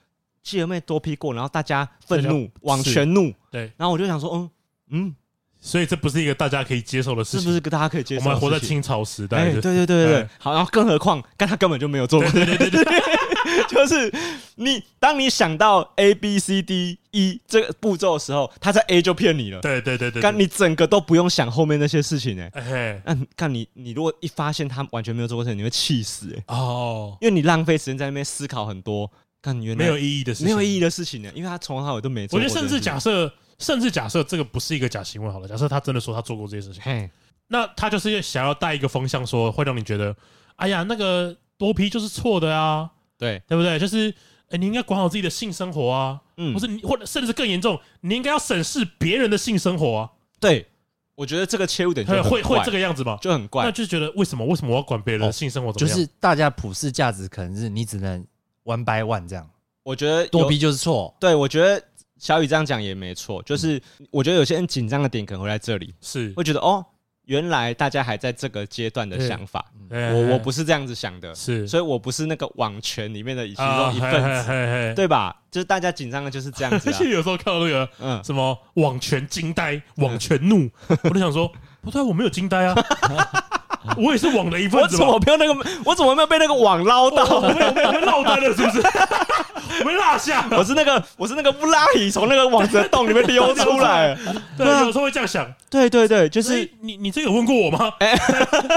S2: 继而妹多批过，然后大家愤怒，网全怒，
S3: 对，
S2: 然后我就想说，嗯嗯，
S3: 所以这不是一个大家可以接受的事
S2: 是
S3: 情，
S2: 不是大家可以接
S3: 我
S2: 受？
S3: 们还活在。清朝时代，
S2: 哎，
S3: 就
S2: 对对对对对
S3: 哎，
S2: 好，然后更何况，但他根本就没有做过，
S3: 对对对对对，
S2: 就是你当你想到 A B C D E 这个步骤的时候，他在 A 就骗你了，
S3: 对对对对，
S2: 干你整个都不用想后面那些事情哎，
S3: 哎嘿
S2: 那干你你如果一发现他完全没有做过事情，你会气死哎，
S3: 哦，
S2: 因为你浪费时间在那边思考很多，干你原来
S3: 没有意义的事情，
S2: 没有意
S3: 义。
S2: 义的事情欸呢，因为他从头到尾都没做
S3: 我
S2: 过
S3: 觉
S2: 这
S3: 得
S2: 件事。
S3: 甚至假设，甚至假设这个不是一个假新闻好了，假设他真的说他做过这些事情，
S2: 嘿，
S3: 那他就是想要带一个风向说，会让你觉得，哎呀，那个多批就是错的啊，
S2: 对
S3: 对不对？就是哎，你应该管好自己的性生活啊，
S2: 嗯
S3: 或是你或者甚至更严重，你应该要审视别人的性生活啊，
S2: 对，我觉得这个切入点就
S3: 会
S2: 很
S3: 会会
S2: 怪
S3: 这个样子吗？
S2: 就很
S3: 那
S2: 怪，哦
S3: 就觉得为什么为什么我要管别人的性生活怎
S4: 就
S3: 么样？
S4: 是大家普世价值可能是你只能 one by one 这样，
S2: 我觉得有
S4: 多逼就是错。
S2: 对，我觉得小雨这样讲也没错，就是我觉得有些人紧张的点可能会在这里，
S3: 是
S2: 会觉得哦，原来大家还在这个阶段的想法，我我不
S3: 是
S2: 是这样子想的，
S3: 哎是
S2: 所以我不是那个网权里面的其
S3: 啊
S2: 中一份
S3: 嘿
S2: 子，
S3: 嘿 嘿嘿
S2: 对啊吧？就是大家紧张的就是这样子
S3: 而
S2: 啊，
S3: 且有时候看到那个
S2: 嗯，
S3: 什么网权惊呆、网权 怒，我就想说，不对啊，我没有惊呆啊，我也是网的一份
S2: 我
S3: 子
S2: 怎
S3: 嘛，
S2: 么没有那个，我怎么没有被那个网捞到？
S3: 我被我被我被落单了，是不是？我被落下了。
S2: 我是那个，我是那个布拉提从那个网子的洞里面溜出来。
S3: 对，有时候会这样想。
S2: 对对对，就
S3: 所
S2: 是
S3: 以你你这个有问过 我吗？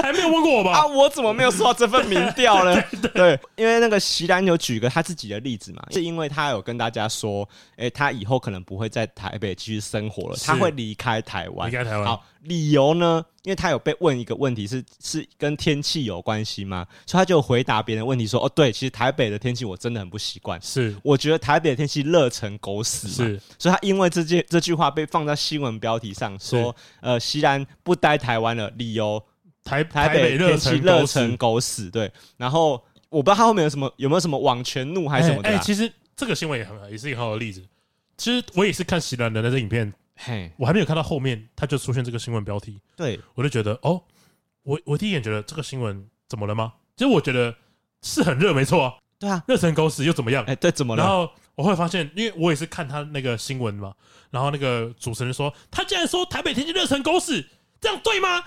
S3: 还没有问过我
S2: 啊，
S3: 吧？
S2: 我怎么没有收到这份民调 呢？对，因为那个席兰有举个他自己的例子嘛，是因为他有跟大家说，哎、他以后可能不会在台北继续生活了，
S3: 是
S2: 他会离开台湾。
S3: 离开台湾
S2: 好，理由呢？因为他有被问一个问题是是跟天气有关系吗？所以他就回答别人的问题说，哦，对，其实台北的天气我真的很不习惯。
S3: 是
S2: 我觉得台北的天气热成狗屎嘛，
S3: 是
S2: 所以他因为这件这句话被放在新闻标题上，说呃，席兰不待台湾了，理由
S3: 台
S2: 台
S3: 北
S2: 北
S3: 热
S2: 天气
S3: 成
S2: 热
S3: 狗屎
S2: 成狗屎，对。然后我不知道他后面有什么有没有什么网权怒还是什么的啊
S3: 哎、哎
S2: 啦，
S3: 其实这个新闻也很好也是一个很好的例子。其实我也是看席兰人的这影片，
S2: 嘿，
S3: 我还没有看到后面，他就出现这个新闻标题，
S2: 对，
S3: 我就觉得哦，我我第一眼觉得这个新闻怎么了吗？其实我觉得是很热，没错啊，
S2: 对啊，
S3: 热成狗屎又怎么样？
S2: 哎，对，怎么
S3: 然
S2: 了？
S3: 后我会发现，因为我也是看他那个新闻嘛，然后那个主持人说他竟然说台北天气热成狗屎，这样对吗？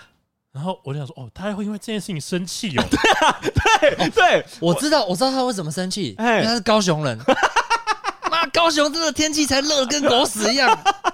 S3: 然后我就想说，哦，他会因为这件事情生气
S2: 啊
S3: 哦，
S2: 对对，
S4: 我知道，我知道他为什么生气，因
S2: 哎
S4: 为他是高 雄人。妈，高雄这个天气才热得跟狗屎一样，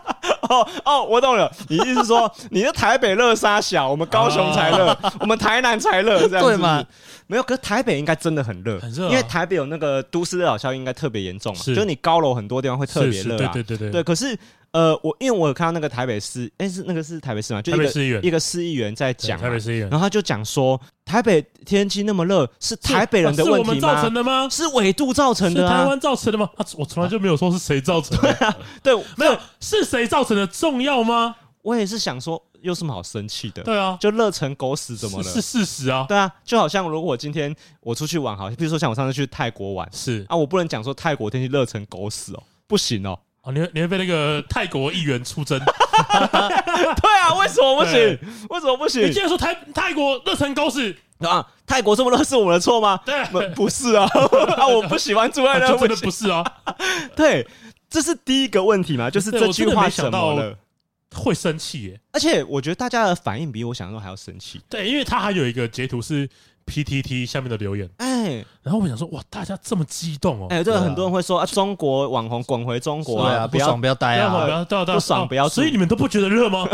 S2: 哦哦，我懂了，你意思是说你的台北热沙小，我们高雄才热，
S3: 哦
S2: 我们台南才热，这样
S4: 对嘛
S2: 子？没有，可是台北应该真的很热，
S3: 很热啊
S2: 因为台北有那个都市热岛效应，应该特别严重嘛，
S3: 是
S2: 就是你高楼很多地方会特
S3: 是
S2: 别
S3: 是
S2: 热
S3: 对
S2: 啊，
S3: 对对对
S2: 对，可是呃，我因为我有看到那个台北市，哎、是那个是台北市嘛，就一
S3: 台
S2: 个
S3: 北市议员
S2: 一个市议员在讲嘛，啊
S3: 台北市议员
S2: 然后他就讲说，台北天气那么热，是台北人的
S3: 是
S2: 问
S3: 我们
S2: 题
S3: 造
S2: 吗？
S3: 成的吗？
S2: 是纬度造成
S3: 是
S2: 的
S3: 台
S2: 啊，
S3: 湾造成的吗？啊，我从来就没有说是谁造成的，
S2: 对，啊
S3: 没有是谁造成的重要吗？
S2: 我也是想说，有什么好生气的？
S3: 对啊，
S2: 就热成狗屎怎么了？
S3: 是是事实啊，
S2: 对啊，就好像如果我今天我出去玩，好，比如说像我上次去泰国玩
S3: 是
S2: 啊，我不能讲说泰国天气热成狗屎哦，不行哦。
S3: 啊，你会你会被那个泰国议员出征，
S2: 对啊，为什么不
S3: 对
S2: 行？为什么不
S3: 你欸竟
S2: 行
S3: 然说泰泰国热成狗屎，
S2: 啊？泰国这么热是我们的错吗？
S3: 对
S2: 不不是啊，啊，我不喜欢住在
S3: 啊
S2: 那
S3: 就真
S2: 不
S3: 的
S2: 行。
S3: 不是啊，
S2: 对，这是第一个问题嘛，就是
S3: 对
S2: 这
S3: 我
S2: 句
S3: 真的
S2: 话
S3: 没想
S2: 怎么
S3: 到
S2: 了？
S3: 会生气耶。
S2: 而且我觉得大家的反应比我想象中还要生气。
S3: 对，因为他还有一个截图是 PTT 下面的留言，
S2: 哎
S3: 然后我想说，哇，大家这么激动哦，
S2: 哎，这个
S4: 对啊
S2: 很多人会说啊，中国网红滚回中国
S4: 对啊，
S2: 不
S4: 不爽
S2: 要
S4: 不要
S3: 不
S4: 待
S3: 要哎
S4: 啊
S3: 不！要不要
S2: 不爽不要住
S3: 哦所以你们都不觉得热吗？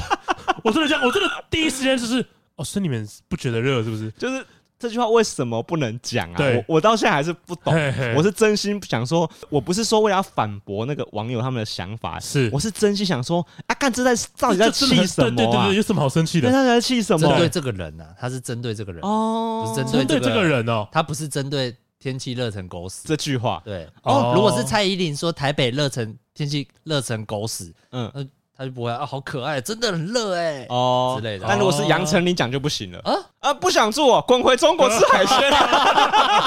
S3: 我真的这样，我真的第一时间就是，哦，所以你们不觉得热是不是？
S2: 就是。这句话为什么不能讲啊？
S3: 对
S2: 我我到现在还是不懂
S3: 嘿嘿。
S2: 我是真心想说，我不是说为了要反驳那个网友他们的想法，
S3: 是
S2: 我是真心想说，啊，干这在到底在
S3: 这真的
S2: 气
S3: 很
S2: 什么
S3: 对对对
S2: 啊
S3: 对，？有什么好生气
S2: 哦对，
S3: 的？
S2: 他在气什
S4: 针对
S2: 么？
S4: 这个人啊，他是针对这个人，
S2: 哦，
S4: 不是针
S3: 针对这
S4: 这
S3: 个
S4: 个，
S3: 人哦，
S4: 他不是针对天气热成狗屎。
S2: 这句话，
S4: 对，
S3: 哦
S4: 哦，如果是蔡依林说台北热成天气热成狗屎，
S2: 嗯，
S4: 那他就不会啊，好可爱，真的很热哎。
S2: 哦
S4: 之类的
S2: 但如果是
S3: 哦
S2: 杨丞琳讲就不行了
S4: 啊
S2: 啊！不想住哦，滚回中国吃海鲜，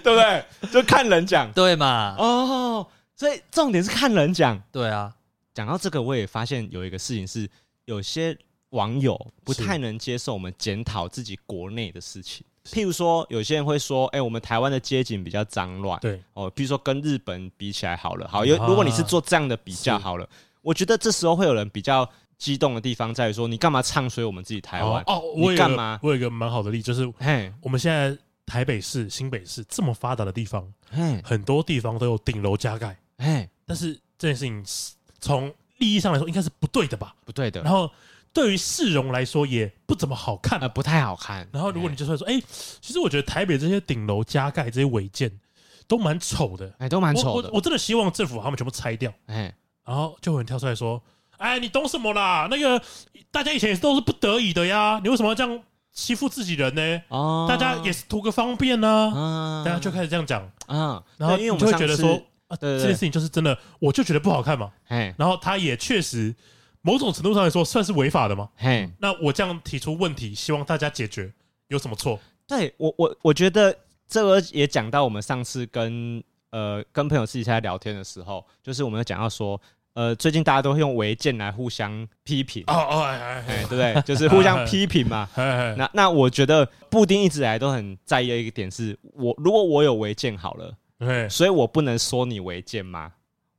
S2: 对不对？就看人讲
S4: 对嘛？
S2: 哦。所以重点是看人讲。
S4: 对啊，
S2: 讲到这个，我也发现有一个事情是，有些网友不太能接受我们检讨自己国内的事情。譬如说，有些人会说：“哎、我们台湾的街景比较脏乱。”
S3: 对，
S2: 哦，譬如说跟日本比起来好了，好，有
S3: 啊
S2: 如果你是做这样的比较
S3: 是
S2: 好了，我觉得这时候会有人比较激动的地方在于说，你干嘛唱衰我们自己台湾
S3: 哦？哦，
S2: 你
S3: 我有一个
S2: 干嘛
S3: 我有一个蛮好的例子，就是
S2: 嘿，
S3: 我们现在台北市、新北市这么发达的地方，
S2: 嘿，
S3: 很多地方都有顶楼加盖，
S2: 嘿，
S3: 但是这件事情是从利益上来说应该是不对的吧？
S2: 不对的，
S3: 然后对于市容来说也不怎么好看
S2: 呃，。不太好看。
S3: 然后如果你
S2: 嘿
S3: 就算说，哎，其实我觉得台北这些顶楼加盖这些违建都蛮丑的，
S2: 哎，都蛮
S3: 我
S2: 丑
S3: 我
S2: 的，
S3: 我真的希望政府把它们全部拆掉。
S2: 哎，
S3: 然后就有人跳出来说：“哎，你懂什么啦？那个大家以前也都是不得已的呀，你为什么要这样欺负自己人呢？
S2: 哦
S3: 大家也是图个方便呢、
S2: 啊
S3: 大家就开始这样讲，
S2: 啊，
S3: 然后
S2: 对因为
S3: 你
S2: 我们
S3: 就会
S2: 上
S3: 觉得
S2: 次
S3: 说，啊，
S2: 对对
S3: 这
S2: 对
S3: 件事情就是真的，我就觉得不好看嘛。
S2: 嘿
S3: 然后他也确实某种程度上来说算是违法的嘛。
S2: 嘿，
S3: 那我这样提出问题，希望大家解决，有什么错？
S2: 对我我我觉得这个也讲到我们上次跟呃跟朋友私底下聊天的时候，就是我们有讲到说，呃，最近大家都会用违建来互相批评，
S3: 哦哦，哎
S2: 哎，对
S3: 哎
S2: 不对？就是互相批评嘛。
S3: 哎哎，
S2: 那那我觉得布丁一直以来都很在意的一个点是，我如果我有违建好了，
S3: 哎，
S2: 所以我不能说你违建吗？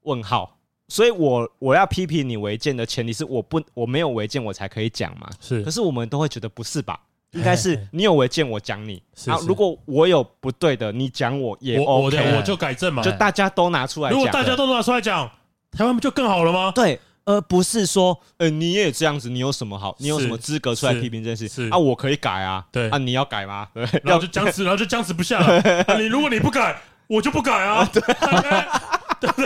S2: 问号。所以我我要批评你违建的前提是我不我没有违建我才可以讲嘛。可
S3: 是
S2: 是我们都会觉得不是 吧？应该是你有违建我讲你，
S3: 是
S2: 然后
S3: 是
S2: 如果我有不对的你讲我也
S3: 我我
S2: OK，啊
S3: 的我就改正嘛。
S2: 就大家都拿出来讲。
S3: 如果大家都拿出来讲，台湾不就更好了吗？
S2: 对，而不是说，呃，你也这样子，你有什么好？你有
S3: 是
S2: 什么资格出来
S3: 是
S2: 批评这件
S3: 是
S2: 事啊？我可以改啊，
S3: 对
S2: 啊，你要改吗？ 对，
S3: 然
S2: 要
S3: 后就僵持，然后就僵持不下了。啊你如果你不改，我就不改啊，对不对？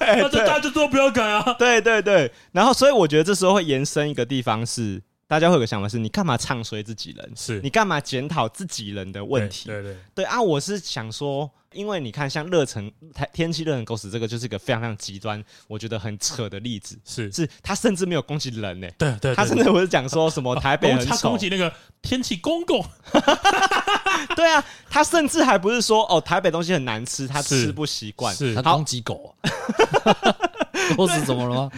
S2: 哎
S3: 那就大家就都不要改啊。
S2: 对对对。然后，所以我觉得这时候会延伸一个地方是，大家会有个想法是，你干嘛唱衰自己人？
S3: 是
S2: 你干嘛检讨自己人的问题？
S3: 对对
S2: 对啊，我是想说，因为你看，像热成台天气热成狗屎，这个就是一个非常非常极端，我觉得很扯的例子。
S3: 是，
S2: 是他甚至没有攻击人呢、
S3: 对对，
S2: 他
S3: 对
S2: 甚至不是讲说什么台北
S3: 然
S2: 很
S3: 后他
S2: 丑
S3: 攻，击那个天气公公，
S2: 对啊，他甚至还不是说哦台北东西很难吃，他
S3: 是
S2: 吃不习惯。
S3: 是
S4: 他攻击狗、啊， 狗是怎么了吗？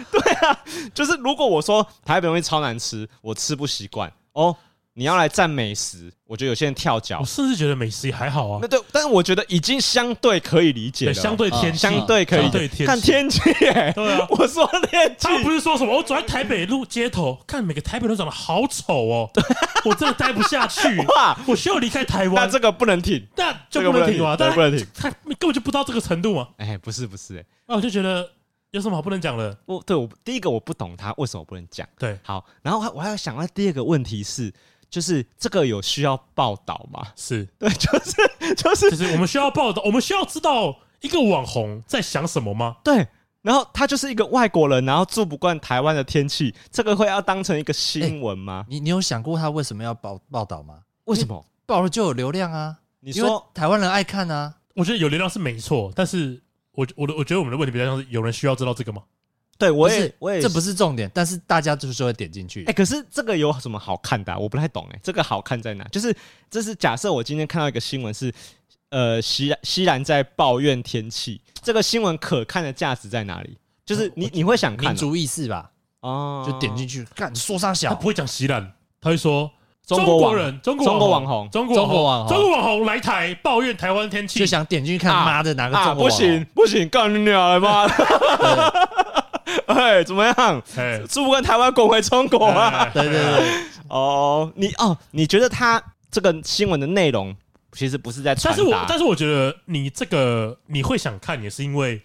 S2: 就是如果我说台北东西超难吃，我吃不习惯哦，你要来赞美食，我觉得有些人跳脚
S3: 我，哦甚至觉得美食也还好啊
S2: 那，对，但我觉得已经相对可以理解
S3: 对，
S2: 了，啊
S3: 相对天气，
S2: 相对可以
S3: 相
S2: 理
S3: 对
S2: 解。
S3: 天气
S2: 看天气、欸，
S3: 对 啊
S2: 我说天气
S3: 他，不是说什么，我走在台北路街头，看每个台北人长得好丑哦， 我真的待不下去，
S2: 哇
S3: 我需要离开台
S2: 那
S3: 湾，
S2: 这个不能停。
S3: 那就不能停了啊，
S2: 这个不能停
S3: 但他根本就不到这个程度嘛，
S2: 哎、不是不是、哎，
S3: 那我就觉得有什么好不能讲的？
S2: 我对我第一个我不懂他为什么不能讲。
S3: 对，
S2: 好，然后我还我还要想到第二个问题是，就是这个有需要报道吗？
S3: 是，
S2: 对，就是就是
S3: 就是我们需要报道，我们需要知道一个网红在想什么吗？
S2: 对。然后他就是一个外国人，然后住不惯台湾的天气，这个会要当成一个新闻吗？
S4: 你你有想过他为什么要报报道吗？
S2: 为什么？
S4: 报了就有流量啊！
S2: 你
S4: 因为
S2: 说
S4: 台湾人爱看啊，
S3: 我觉得有流量是没错，但是我我的我觉得我们的问题比较像是有人需要知道这个吗？
S2: 对，我
S4: 不
S2: 也
S4: 是
S2: 我也
S4: 这不
S2: 是。
S4: 是重点，但是大家就是会点进去
S2: 哎、。可是这个有什么好看的啊、我不太懂哎、这个好看在哪？就是这是假设我今天看到一个新闻是，呃，西兰西兰在抱怨天气，这个新闻可看的价值在哪里？就是你你会想
S4: 民
S2: 看
S4: 族意识吧，
S2: 哦，
S4: 就点进去干说上
S3: 他
S4: 小
S3: 不，会讲席兰，他会说
S2: 中
S3: 国
S2: 国网
S3: 人、中
S2: 中
S3: 国
S2: 国网红
S3: 中国网
S4: 中国网
S3: 红、
S4: 红
S3: 中国网红来台抱怨台湾天气，
S4: 就想点进去看，
S2: 啊
S4: 妈的哪个
S2: 啊，
S4: 中国
S2: 不
S4: 网红
S2: 行不行，干你娘的妈的！ 哎，怎么样？
S3: 哎，
S2: 住不跟台湾滚回中国啊！
S4: 对对对，
S2: 哦，你哦，你觉得他这个新闻的内容其实不是在
S3: 但
S2: 传
S3: 是我
S2: 达
S3: 但是我觉得你这个你会想看，也是因为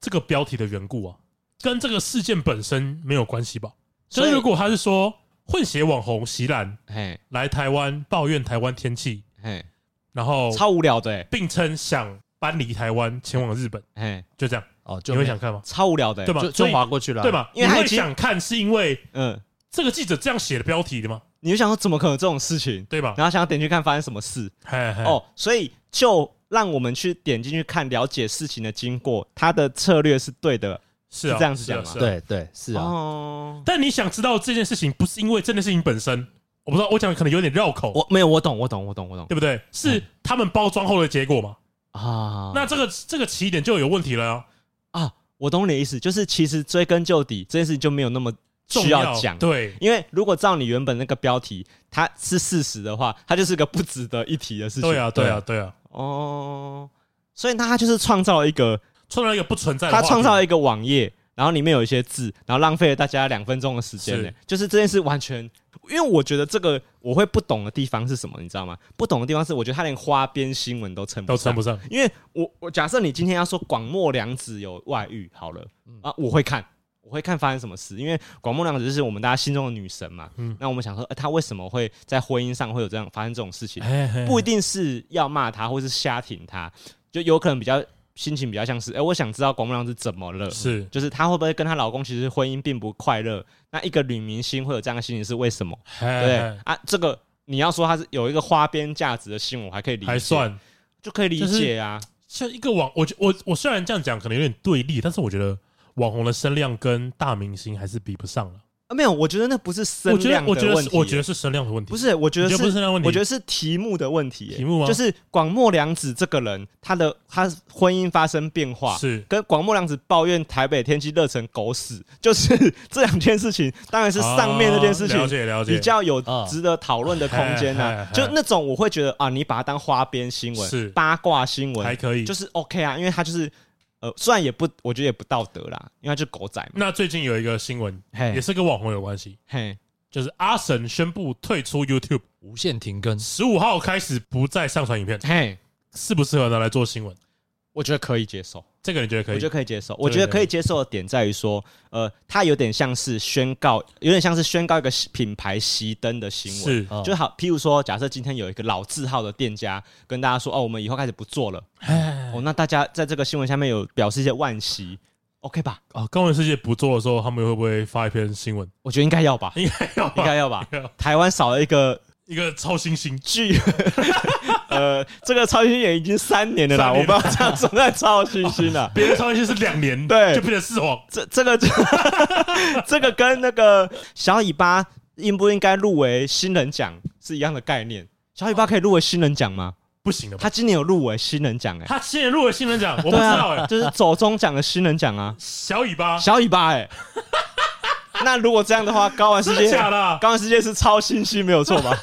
S3: 这个标题的缘故啊，跟这个事件本身没有关系吧？
S2: 所以
S3: 就是如果他是说混血网红席兰
S2: 嘿
S3: 来台湾抱怨台湾天气，
S2: 嘿，
S3: 然后
S4: 哦
S2: 超无聊的欸，
S3: 并称想搬离台湾前往日本，
S2: 嘿，
S3: 就这样，
S4: 哦，就
S3: 你会想看吗？
S2: 超无聊的欸，
S3: 对吧
S4: 就
S3: 所
S4: 就
S3: 以
S4: 划过去了，啊
S3: 对？吗？
S2: 因为他
S3: 你
S2: 已
S3: 会
S2: 经
S3: 想看是因为
S2: 嗯，
S3: 这个记者这样写的标题的吗？
S2: 你就想说怎么可能有这种事情？
S3: 对吧？
S2: 然后想要点进去看发生什么事
S3: 嘿嘿
S2: 哦，所以就让我们去点进去看，了解事情的经过，他的策略是对的，
S3: 是啊，
S2: 是这样子
S3: 是啊
S2: 讲吗
S3: 是啊
S4: 对对是啊，
S2: 哦，
S3: 但你想知道这件事情，不是因为这件事情本身，我不知道，我讲的可能有点绕口，
S2: 我没有，我懂，我懂，我懂，我懂
S3: 对不对？是他们包装后的结果嘛？
S2: 啊。
S3: 那这个这个起点就有问题了啊，
S2: 啊，我懂你的意思，就是其实追根究底这件事情就没有那么
S3: 重
S2: 需要讲，
S3: 对，
S2: 因为如果照你原本那个标题，它是事实的话，它就是个不值得一提的事情。
S3: 对啊，对啊，对啊，
S2: 哦，所以那他就是创造了一个，
S3: 创造一个不存在 的话
S2: 他
S3: 题，
S2: 创造了一个网页，然后里面有一些字，然后浪费了大家两分钟的时间
S3: 是
S2: 呢。就是这件事完全，因为我觉得这个我会不懂的地方是什么，你知道吗？不懂的地方是，我觉得他连花边新闻都称不
S3: 都称
S2: 上
S3: 不。上，
S2: 因为我我假设你今天要说广末凉子有外遇好了
S3: 嗯
S2: 啊，我会看，我会看发生什么事，因为广末凉子就是我们大家心中的女神嘛。
S3: 嗯
S2: 那我们想说，呃她为什么会在婚姻上会有这样发生这种事情？
S3: 嘿嘿
S2: 不一定是要骂她，或是瞎挺她，就有可能比较心情比较像是，哎、我想知道广末凉子怎么了。
S3: 是
S2: 就是她会不会跟她老公其实婚姻并不快乐？那一个女明星会有这样的心情是为什么？
S3: 嘿
S2: 对
S3: 嘿
S2: 啊，这个你要说它是有一个花边价值的新闻，我还可以理解，
S3: 还算。
S2: 就可以理解啊。
S3: 像一个网，我觉我我虽然这样讲可能有点对立，但是我觉得网红的声量跟大明星还是比不上了。
S2: 啊，没有，我觉得那不是声
S3: 我觉
S2: 量
S3: 得
S2: 的
S3: 我觉得
S2: 问
S3: 是
S2: 题，
S3: 我觉得是声量的问题，
S2: 不是，我觉得
S3: 你觉得不是声量问题
S2: 我觉得是题目的问题耶、
S3: 题目吗
S2: 就是广末凉子这个人，她的她婚姻发生变化，
S3: 是
S2: 跟广末凉子抱怨台北天气热成狗屎，就是 这两件事情，当然是上面那件事情、
S3: 啊了解了解
S2: 比较有
S4: 啊
S2: 值得讨论的空间呐、
S3: 嗨嗨嗨
S2: 就那种我会觉得啊，你把它当花边新闻、
S3: 是
S2: 八卦新
S3: 还
S2: 闻，
S3: 可以。
S2: 就是 OK 啊，因为它就是呃，虽然也不，我觉得也不道德啦，因为它就狗仔嘛，
S3: 那最近有一个新闻，
S2: 嘿
S3: 也是跟网红有关系，
S2: 嘿，
S3: 就是阿神宣布退出 YouTube，
S4: 无限停更，
S3: 十五号开始不再上传影片，
S2: 嘿，
S3: 适不适合拿来做新闻？
S2: 我觉得可以接受。
S3: 这个你觉得可
S2: 我觉得
S3: 以？
S2: 可以接受。我觉得可以接受的点在于说，呃，它有点像是宣告，有点像是宣告一个品牌熄灯的新闻。
S3: 是
S4: 哦
S2: 就好，譬如说，假设今天有一个老字号的店家跟大家说：“哦，我们以后开始不做了。”
S3: 哎
S2: 哦，那大家在这个新闻下面有表示一些惋惜，OK 吧？
S3: 啊，高文世界不做的时候，他们会不会发一篇 新闻？
S2: 我觉得应该要 吧，
S3: 应该要
S2: 应
S3: 吧，
S2: 该要吧
S3: 应该要。
S2: 台湾少了一个
S3: 一个超新星，
S2: 巨， 呃，这个超新星也已经三年了啦，
S3: 三
S2: 我
S3: 年
S2: 不要这样说，那超新星 了。
S3: 别人超新星是两 年，
S2: 对
S3: 就变成四皇，
S2: 这这个就 这个跟那个小尾巴应不应该入围新人奖是一样的概念。小尾巴可以入围新人奖吗？
S3: 不行了吧？
S2: 他今年有入围新人奖哎、
S3: 他今年入了新人奖，我不知
S2: 对
S3: 道
S2: 啊，
S3: 哎，
S2: 就是走中奖的新人奖 啊，
S3: 小尾巴，
S2: 小尾巴 哎、那如果这样的话，高玩世
S3: 真的
S2: 界，
S3: 假的啊？
S2: 高玩世界是超新星没有错 吧？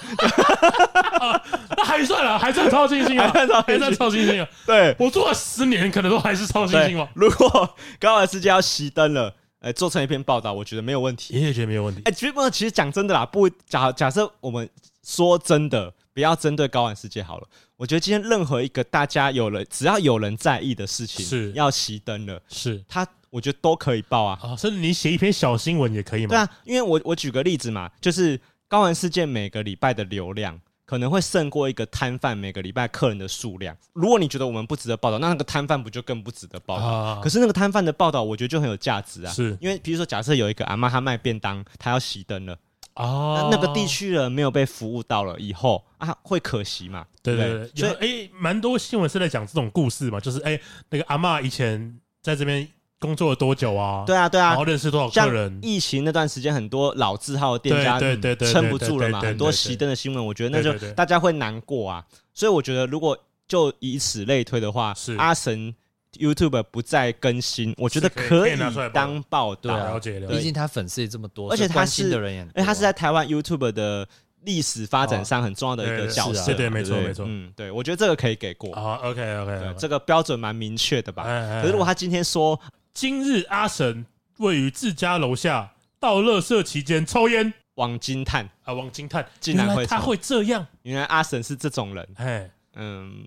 S3: 那还算了，还算超新星 啊，
S2: 还算超新星
S3: 还算超新星啊！
S2: 对
S3: 我做了十年，可能都还是超新
S2: 对
S3: 星吗？，
S2: 如果高玩世界要熄灯了，哎、做成一篇报道，我觉得没有问题。
S3: 爷爷觉得没有问题
S2: 哎、其实不，其实讲真的啦，不假假设我们说真的，不要针对高玩世界好了。我觉得今天任何一个大家有人只要有人在意的事情，
S3: 是
S2: 要熄灯了，
S3: 是
S2: 他我觉得都可以报啊。
S3: 啊，甚至你写一篇小新闻也可以
S2: 对
S3: 嘛？
S2: 啊，因为我我举个例子嘛，就是高玩世界每个礼拜的流量。可能会胜过一个摊贩每个礼拜客人的数量。如果你觉得我们不值得报道，那那个摊贩不就更不值得报道？
S3: 啊
S2: 可是那个摊贩的报道，我觉得就很有价值啊。
S3: 是
S2: 因为比如说，假设有一个阿妈她卖便当，她要熄灯了，
S3: 啊
S2: 那那个地，区人没有被服务到了以后啊，会可惜嘛？
S3: 对
S2: 不
S3: 对对，
S2: 所以
S3: 所以哎，蛮多新闻是在讲这种故事嘛，就是哎，那个阿嬷以前在这边工作了多久啊？
S2: 对啊，对
S3: 然
S2: 啊
S3: 后，认识多少
S2: 像
S3: 客人？
S2: 疫情那段时间，很多老字号的店家嗯
S3: 对对对对对
S2: 撑不住了嘛，
S3: 对对对
S2: 很多
S3: 对对
S2: 熄灯的新闻，我觉得那
S3: 对
S2: 就
S3: 对对
S2: 大家会难过啊。所以我觉得，如果就以此类推的话
S3: 是，
S2: 阿神 YouTube 不再更新，我觉得
S3: 是可以
S2: 以
S3: 可以拿出来报
S2: 当报道。
S4: 对啊
S3: 了解了
S4: 毕
S3: 解，
S4: 竟他粉丝也这么
S2: 而
S4: 多，
S2: 且
S4: 所以
S2: 他
S4: 关
S2: 是
S4: 心的人也很多啊
S2: 哎因为他是在台湾 YouTube 的历史发展上很重要的一
S3: 对
S2: 个
S3: 对
S2: 角
S4: 是啊
S2: 色嘛，
S4: 对
S3: 对没错
S2: 不
S3: 没错
S2: 嗯，对，我觉得这个可以给过，
S3: 啊，OK
S2: 对，
S3: OK，
S2: 这个标准蛮明确的吧。可
S3: 可
S2: 是如果他今天说
S3: 今日阿神位于自家楼下到乐社期间抽烟
S2: 王金叹，
S3: 啊，王金叹
S2: 竟然
S3: 原
S2: 会
S3: 来他
S2: 抽
S3: 会这样，
S2: 原来阿神是这种人，
S3: 哎，
S2: 嗯，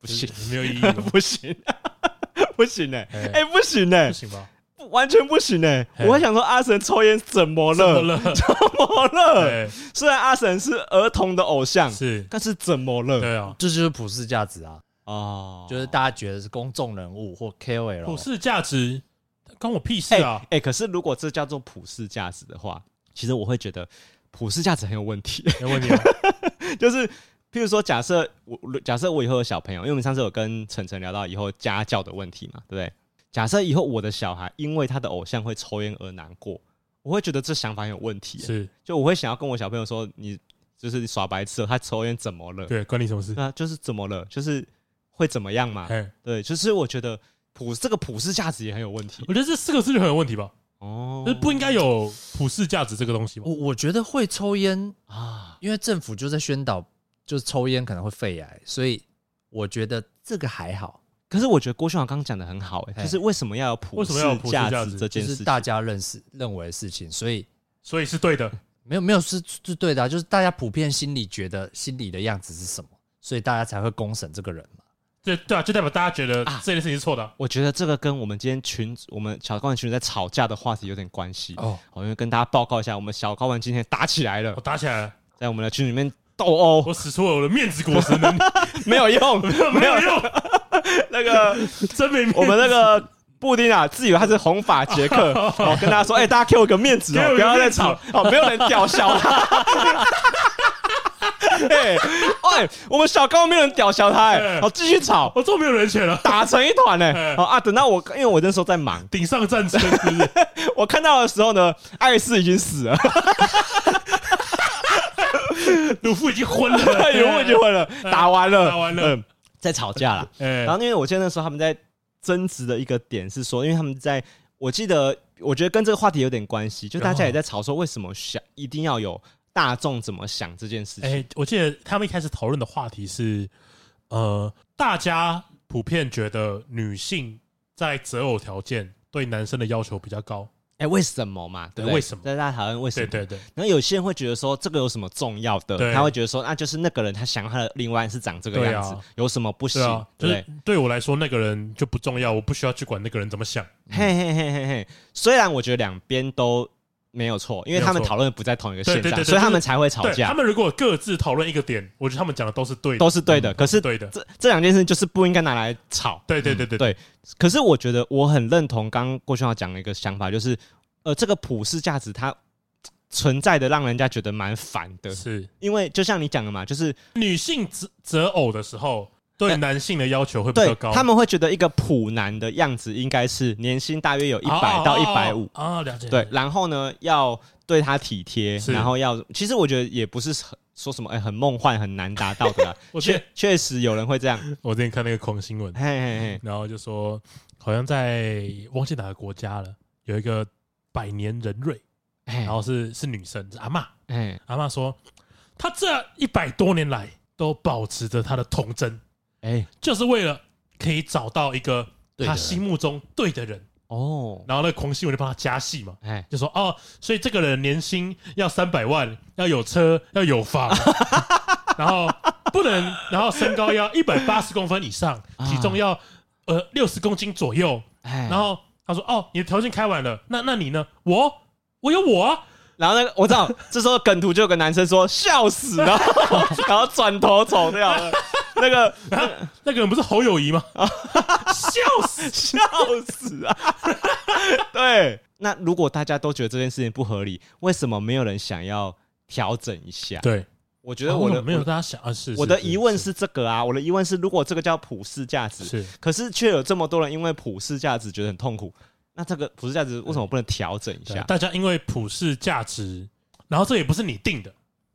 S2: 不
S3: 不
S2: 行，
S3: 哎没有意义吗，
S2: 不行，不行哎、
S3: 哎
S2: 哎、不行哎、
S3: 不行吧？
S2: 不完全不行哎、
S3: 哎
S2: 我还想说阿神抽烟怎么
S3: 怎
S2: 了？
S3: 么了？
S2: 怎么了？
S3: 对，
S2: 虽然阿神是儿童的偶像，
S3: 哎是，
S2: 但是怎么了？
S3: 对啊，
S4: 这就是普世价值啊，
S2: 哦，
S4: 就是大家觉得是公众人物或 KOL，
S3: 普世价值关我屁事
S2: 哎哎、
S3: 啊！
S2: 可是如果这叫做普世价值的话，其实我会觉得普世价值很有问题。
S3: 没问题啊，
S2: 就是譬如说假，设我假设我以后有小朋友，因为我们上次有跟晨晨聊到以后家教的问题嘛，对不对？假设以后我的小孩因为他的偶像会抽烟而难过，我会觉得这想法很有问题耶。欸
S3: 是
S2: 就我会想要跟我小朋友说，你就是你耍白痴哦了，他抽烟怎么了？
S3: 对，关你什么事？
S2: 对啊，就是怎么了？就是会怎么样嘛？
S3: 哎，
S2: 对，就是我觉得普这个普世价值也很有问题
S3: 我觉得这四个字就很有问题吧，
S2: 哦
S3: 就是不应该有普世价值这个东西吧？
S4: 我我觉得会抽烟，
S2: 啊，
S4: 因为政府就在宣导，就是抽烟可能会肺癌，所以我觉得这个还好，
S2: 可是我觉得郭秀华刚刚讲的很好、欸，
S4: 哎
S2: 就是为什么要有普
S3: 为什么要有普世
S2: 价
S3: 价
S2: 值
S3: 值
S2: 这
S4: 就
S2: 件事
S4: 是
S2: 情？
S4: 大家认识认为的事情，所以
S3: 所以是对的，
S4: 没有没有是是对的、啊，就是大家普遍心里觉得心里的样子是什么，所以大家才会公审这个人嘛。
S3: 对对啊，就代表大家觉得
S2: 啊
S3: 这件事情是错的啊，
S2: 我觉得这个跟我们今天群组我们小高玩群组在吵架的话题有点关系哦。
S4: 哦，
S2: 我因为跟大家报告一下，我们小高玩今天打起来了
S3: 我，打起来了，
S2: 在我们的群里面斗殴
S3: 我使出了我的面子果实能 力，
S2: 没有用，
S3: 没有用，
S2: 那个
S3: 真 没面子
S2: 我们那个。布丁啊，自以为他是红发杰 克，哦，跟大家说，哎、大家给我个面子
S3: 给
S2: 哦，
S3: 我个
S2: 不要再
S3: 面子
S2: 吵，哦，没有人吊销他，哎、哎，我们小高没有人屌小他、哎，
S3: 哎
S2: 好继续吵，
S3: 我终于没有人权了，
S2: 打成一团呢、哎
S3: 哎
S2: 好啊，等到我，因为我那时候在忙，
S3: 顶上战争是不是？
S2: 我看到的时候呢，艾斯已经死了，
S3: 鲁夫已经昏 了，
S2: 哎呦，我已经，昏了，打完了，
S3: 打完了
S2: 嗯，在吵架了。
S3: 哎
S2: 然，后因为我记得那时候他们在争执的一个点是说，因为他们在我记得，我觉得跟这个话题有点关系，就大家也在吵说为什么想一定要有大众怎么想这件事情。
S3: 哎，我记得他们一开始讨论的话题是，呃，大家普遍觉得女性在择偶条件对男生的要求比较高，
S2: 哎，为什么嘛？对不对，
S3: 对为什么
S2: 在大家讨论为什
S3: 对
S2: 么？
S3: 对对，
S2: 然后有些人会觉得说这个有什么重要的？
S3: 对
S2: 他会觉得说那就是那个人他想要他的另外是长这个
S3: 对啊
S2: 样子，有什么不行
S3: 对啊？，
S2: 对
S3: 就
S2: 不
S3: 是
S2: 对？
S3: 对我来说那个人就不重要，我不需要去管那个人怎么想，
S2: 嘿嘿嘿嘿嘿。虽然我觉得两边都没有错，因为他
S3: 没
S2: 们
S3: 有错
S2: 讨论不在同一个线
S3: 对对
S2: 上，
S3: 对对
S2: 所以他们才会吵
S3: 对
S2: 架
S3: 他。们如果各自讨论一个点，我觉得他们讲的都是对的，
S2: 都是对的，可是
S3: 对的，
S2: 这这两件事就是不应该拿来吵。
S3: 对对对对
S2: 对可是我觉得我很认同刚刚郭轩浩讲的一个想法，就是呃，这个普世价值它存在的让人家觉得蛮烦的，
S3: 是
S2: 因为就像你讲的嘛，就是
S3: 女性择择偶的时候，对
S2: 呃
S3: 男性的要求会比较
S2: 对
S3: 高，
S2: 他们会觉得一个普男的样子应该是年薪大约有一百到一百五，
S3: 哦啊，哦了解，
S2: 对，然后呢要对他体贴，
S3: 是
S2: 然后要，其实我觉得也不是很说什么哎、很梦幻很难达到的啦
S3: ，我觉
S2: 确
S3: 得
S2: 确实有人会这样，
S3: 我之前看那个狂新闻，
S2: 嘿嘿嘿，
S3: 然后就说好像在忘记哪个国家了，有一个百年人瑞，
S2: 哎
S3: 然后是是女生，是阿嬷，
S2: 哎
S3: 阿嬷说，她这一百多年来都保持着她的童真，
S2: 哎
S3: 就是为了可以找到一个
S4: 对的
S3: 她
S4: 人
S3: 心目中对的人。
S2: 哦，
S3: 然后那个狂新闻就帮她加戏嘛，
S2: 哎。
S3: 就说哦，所以这个人年薪要三百万，要有车，要有房， 然后不能，然后身高要一百八十公分以上，
S2: 啊
S3: 体重要呃六十公斤左右。
S2: 哎，
S3: 然后他说哦，你的条件开完了，那那你呢？我我有我啊，
S2: 然后那个我知道，这时候梗图就有个男生说笑死，然 后然后转头走掉了，那个
S3: 啊那个人不是侯友谊 吗？笑死！
S2: 笑死啊！对，那如果大家都觉得这件事情不合理，为什么没有人想要调整一下？
S3: 对，
S2: 我觉得我的
S3: 没有大家想啊，是
S2: 我的疑问是这个啊，我的疑问是，如果这个叫普世价值，
S3: 是
S2: 可是却有这么多人因为普世价值觉得很痛苦，那这个普世价值为什么不能调整一
S3: 对啊
S2: 下？
S3: 大家因为普世价值，然后这也不是你定的，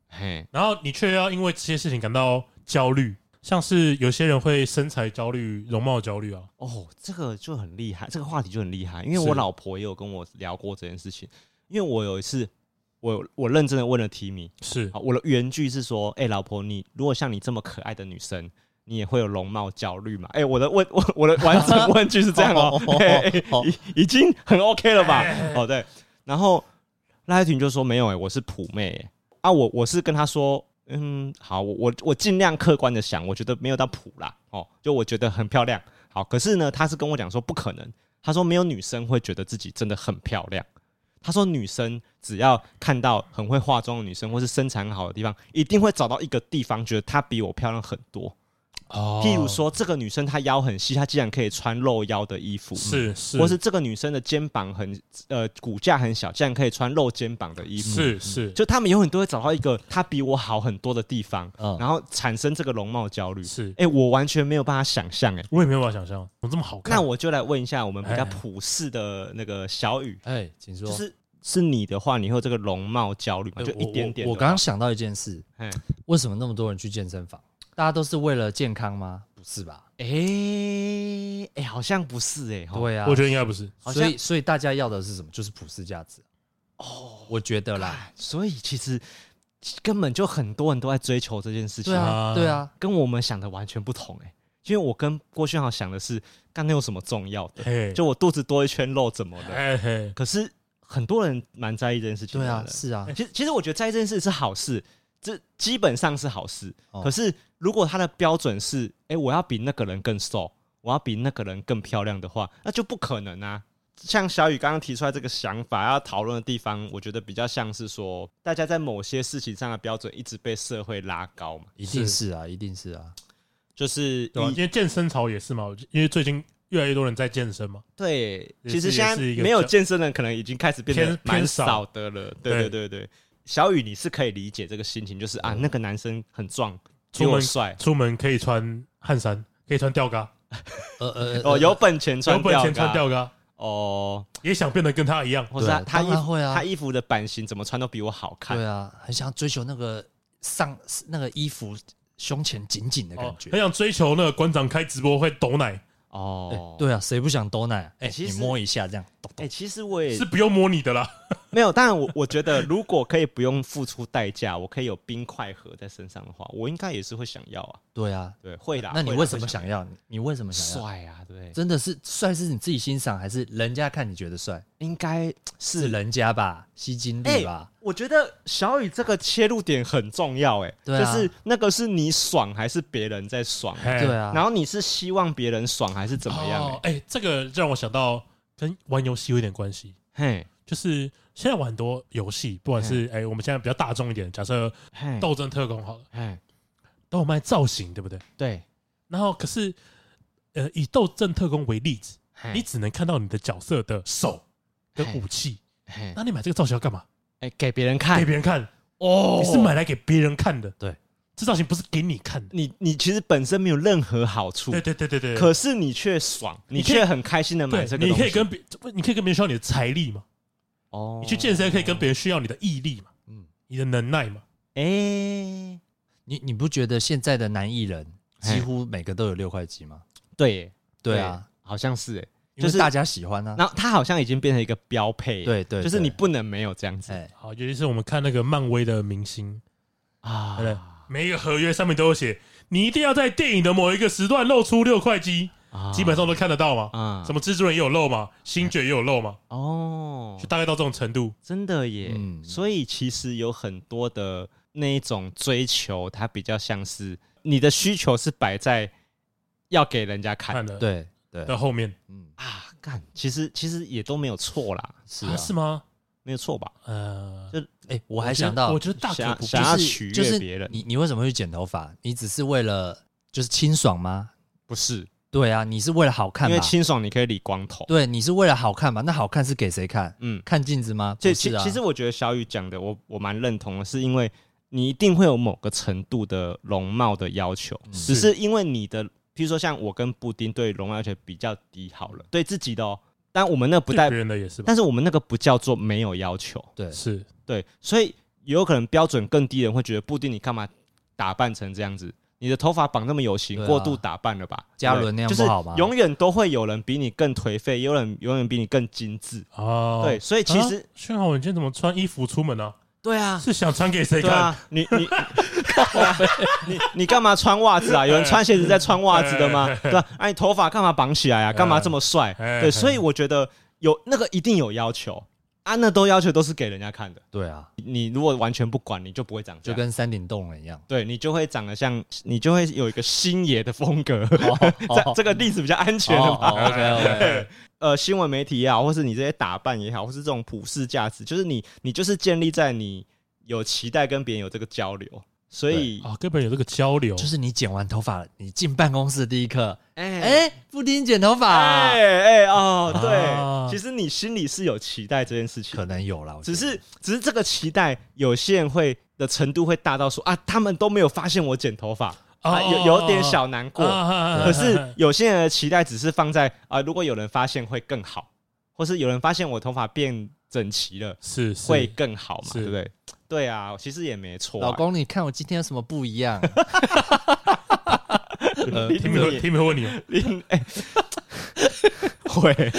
S2: 嘿，
S3: 然后你却要因为这些事情感到焦虑，像是有些人会身材焦虑、容貌焦虑啊，
S2: 哦，这个就很厉害，这个话题就很厉害，因为
S3: 是
S2: 我老婆也有跟我聊过这件事情。因为我有一次，我我认真的问了提米，
S3: 是
S2: 好，我的原句是说，哎、老婆，你如果像你这么可爱的女生，你也会有容貌焦虑嘛？哎、我的问我我的完整问句是这样 哦、
S4: 哦
S2: 嘿嘿
S4: 哦
S2: 已已经很 OK 了吧
S3: 哎？
S2: 哦，对，然后赖婷就说没有哎、我是普妹、哎啊，我我是跟她说。嗯，好，我我我尽量客观的想，我觉得没有到普啦，哦，就我觉得很漂亮，好，可是呢，她是跟我讲说不可能，她说没有女生会觉得自己真的很漂亮，他说女生只要看到很会化妆的女生，或是身材很好的地方，一定会找到一个地方觉得她比我漂亮很多。
S3: 哦
S2: 譬如说，这个女生她腰很细，她竟然可以穿露腰的衣服，嗯
S3: 是是，
S2: 或是这个女生的肩膀很呃骨架很小，竟然可以穿露肩膀的衣服。
S3: 是是
S2: 就他们永远都会找到一个她比我好很多的地方，
S4: 嗯
S2: 然后产生这个容貌焦虑。
S3: 是，
S2: 哎、我完全没有办法想象哎、
S4: 嗯
S2: 诶
S3: 我也没有办法想象怎么这么好看。
S2: 那我就来问一下我们比较
S3: 哎
S2: 普世的那个小雨，
S4: 哎，请说。
S2: 就是是你的话，你会有这个容貌焦虑吗？
S4: 哎
S2: 就一点点的话。
S4: 我我刚刚想到一件事
S2: 嘿，
S4: 为什么那么多人去健身房？大家都是为了健康吗？不是吧？
S2: 哎、哎、好像不是哎、吼
S4: 对啊，
S3: 我觉得应该不是，
S2: 好像
S4: 所以所以大家要的是什么？就是普世价值。哦，我觉得啦，
S2: 啊所以其实根本就很多人都在追求这件事情，
S4: 对啊，
S3: 啊
S4: 对啊，
S2: 跟我们想的完全不同哎、因为我跟郭轩豪想的是，干那有什么重要的？
S3: 嘿，
S2: 就我肚子多一圈肉怎么的？
S3: 嘿嘿，
S2: 可是很多人蛮在意这件事情的。
S4: 对啊，是啊，
S2: 其实其实我觉得在意这件事是好事，这基本上是好事。
S4: 哦
S2: 可是如果他的标准是，哎、我要比那个人更瘦，我要比那个人更漂亮的话，那就不可能啊。像小雨刚刚提出来这个想法，要讨论的地方，我觉得比较像是说，大家在某些事情上的标准一直被社会拉高嘛，
S4: 一定是啊，一定是啊。
S2: 就是
S3: 对吧？啊因
S2: 以
S3: 为健身潮也是嘛，我因为最近越来越多人在健身嘛，
S2: 对，
S3: 也
S2: 其实
S3: 是
S2: 现在
S3: 也是一个
S2: 没有
S3: 较
S2: 健身的人可能已经开始变得
S3: 偏
S2: 蛮
S3: 偏少
S2: 少的了，对对对对。小雨，你是可以理解这个心情，就是啊，那个男生很壮，比
S3: 嗯出
S2: 我
S3: 门
S2: 帅，
S3: 出门可以穿汗衫，可以穿吊嘎，
S4: 呃呃
S2: 哦，有本钱
S3: 有
S2: 穿
S3: 本
S2: 吊
S3: 钱穿
S2: 嘎，
S3: 吊嘎，
S2: 哦，
S3: 也想变得跟他一样。
S2: 或者
S4: 对
S2: 他
S4: 当
S2: 衣
S4: 然
S2: 服
S4: 会啊
S2: 他衣服的版型怎么穿都比我好看
S4: 对，啊，很想追求那个上那个衣服胸前紧紧的感
S3: 哦
S4: 觉。，
S3: 很想追求那个馆长开直播会抖奶，
S2: 哦
S4: 哎，对啊，谁不想抖奶啊？哎、
S2: 其
S4: 你
S2: 实
S4: 摸一下这样，咚
S2: 哎，其实我也
S3: 是不用摸你的啦。
S2: 没有，当然我我觉得如果可以不用付出代价，我可以有冰块盒在身上的话，我应该也是会想要啊，
S4: 对啊，
S2: 对，会啦。
S4: 那你
S2: 会啦
S4: 为什么
S2: 会
S4: 想要？你为什么想要？
S2: 帅啊？对，
S4: 真的是帅是你自己欣赏，还是人家看你觉得帅？
S2: 应该
S4: 是人家吧，吸金
S2: 哎、
S4: 率吧。
S2: 我觉得小雨这个切入点很重要、哎、
S4: 对啊
S2: 就是那个是你爽还是别人在爽、
S3: 嘿
S4: 对啊，
S2: 然后你是希望别人爽还是怎么样、
S3: 哦哎、这个让我想到跟玩游戏有点关系，
S2: 哎、
S3: 就是现在玩很多游戏，不管是哎、我们现在比较大众一点，假设
S2: 嘿，嘿，
S3: 斗争特工好了，
S2: 嘿，
S3: 都有卖造型，对不对？
S2: 对，
S3: 然后可是，呃，以斗争特工为例子，
S2: 嘿
S3: 你只能看到你的角色的手跟武器，
S2: 嘿，
S3: 那你买这个造型要干嘛？
S2: 哎，给别人
S3: 给
S2: 看
S3: 别人看，
S2: 哦你
S3: 你是
S2: 是
S3: 买
S2: 买
S3: 来给别人看的，
S4: 对，
S3: 这造型不是给你看的。
S2: 你你其实本身没有任何好处
S3: 对，对对对对，
S2: 可是你却爽，你
S3: 可以
S2: 却很开心的买这
S3: 对，
S2: 个
S3: 你
S2: 东西。
S3: 可以跟别，你可以跟别人炫耀你的财力嘛，
S2: 哦，
S3: 你去健身可以跟别人炫耀你的毅力嘛，
S4: 嗯
S3: 你的能耐嘛，
S2: 哎、
S4: 你你不觉得现在的男艺人
S2: 嘿
S4: 几乎每个都有六块肌吗？
S2: 哎对耶，
S4: 对啊，
S2: 好像是哎、
S4: 就
S2: 就是是
S4: 大家喜欢啊。
S2: 然后他好像已经变成一个标配，
S4: 对对
S2: 就是
S4: 对
S2: 你不能没有这样子
S4: 哎，
S3: 好，尤其是我们看那个漫威的明星，
S2: 啊，
S3: 对不对？每一个合约上面都有写，你一定要在电影的某一个时段露出六块肌，
S2: 啊
S3: 基本上都看得到嘛。
S2: 啊
S3: 什么蜘蛛人也有露嘛，星爵也有露嘛，
S2: 哦
S3: 就，大概到这种程度。
S2: 真的耶。
S4: 嗯
S2: 所以其实有很多的那一种追求，它比较像是你的需求是摆在要给人家看
S3: 看了
S4: 对对，
S3: 的后面
S4: 嗯，
S2: 啊。干，其实其实也都没有错啦，
S4: 是啊
S3: 啊，是吗？
S2: 没有错吧？
S3: 呃，
S4: 哎，我
S3: 我
S4: 还
S3: 觉得
S4: 想到
S3: 我，觉得大可不必
S2: 想要
S4: 就
S2: 取
S4: 是
S2: 悦
S4: 就是
S2: 别人
S4: 你你为什么会去剪头发？你只是为了就是清爽吗？
S2: 不是，
S4: 对啊，你是为了好看
S2: 因为
S4: 吧？
S2: 清爽你可以理光头。
S4: 对，你是为了好看嘛？那好看是给谁看？
S2: 嗯，
S4: 看镜子吗？
S2: 其
S4: 不
S2: 其
S4: 是啊
S2: 其实我觉得小雨讲的我，我蛮认同的，是因为你一定会有某个程度的容貌的要求，
S4: 嗯
S2: 只是因为你的，譬如说像我跟布丁对容貌要求比较低好了，对自己的哦，但我们那不
S3: 对
S2: 代，
S3: 别人的也是吧？
S2: 但是我们那个不叫做没有要求，
S4: 对
S3: 是
S2: 对，所以也有可能标准更低的人会觉得布丁你干嘛打扮成这样子？你的头发绑那么有型，
S4: 对啊
S2: 过度打扮了吧？
S4: 嘉
S2: 对
S4: 伦那样
S2: 就是
S4: 不好吗
S2: 永远都会有人比你更颓废，也有人永远比你更精致。
S3: 哦。
S2: 对，
S3: 啊，
S2: 所以其实
S3: 炫豪，你今天怎么穿衣服出门啊？
S4: 对啊，
S3: 是想穿给谁
S2: 对
S3: 看？
S2: 啊，你你对啊你 你干嘛穿袜子啊？有人穿鞋子在穿袜子的吗？对吧、啊？你 头发干嘛绑起来啊？干嘛这么帅？
S3: 哎
S2: 对，所以我觉得有那个一定有要求啊，那都要求都是给人家看的。
S4: 对啊，
S2: 你如果完全不管，你就不会长这
S4: 就
S2: 样，
S4: 跟山顶洞人一样。
S2: 对你就会长得像，你就会有一个星爷的风格。 这这个例子比较安全的吧？
S4: OK OK，
S2: 呃，新闻媒体也好，或是你这些打扮也好，或是这种普世价值，就是你你就是建立在你有期待跟别人有这个交流，所以
S3: 啊，跟别人有这个交流，
S4: 就是你剪完头发，你进办公室的第一刻，
S2: 哎
S4: 哎，布丁剪头发，
S2: 哎哎哦，对，
S3: 啊
S2: 其实你心里是有期待这件事情
S4: 可，能有啦，我
S2: 只
S4: 觉得
S2: 是只是这个期待，有些人会的程度会大到说啊，他们都没有发现我剪头发，
S3: 哦
S2: 啊、有有点小难过。
S3: 啊
S2: 可是有些人的期待只是放在啊、如果有人发现会更好，或是有人发现我头发变整齐了
S3: 是是
S2: 会更好嘛，
S3: 是
S2: 对不对？对啊，其实也没错、啊。
S4: 老公，你看我今天有什么不 一样？
S2: 呃，
S3: 听没听没问你哦，
S2: 林哎， 会会，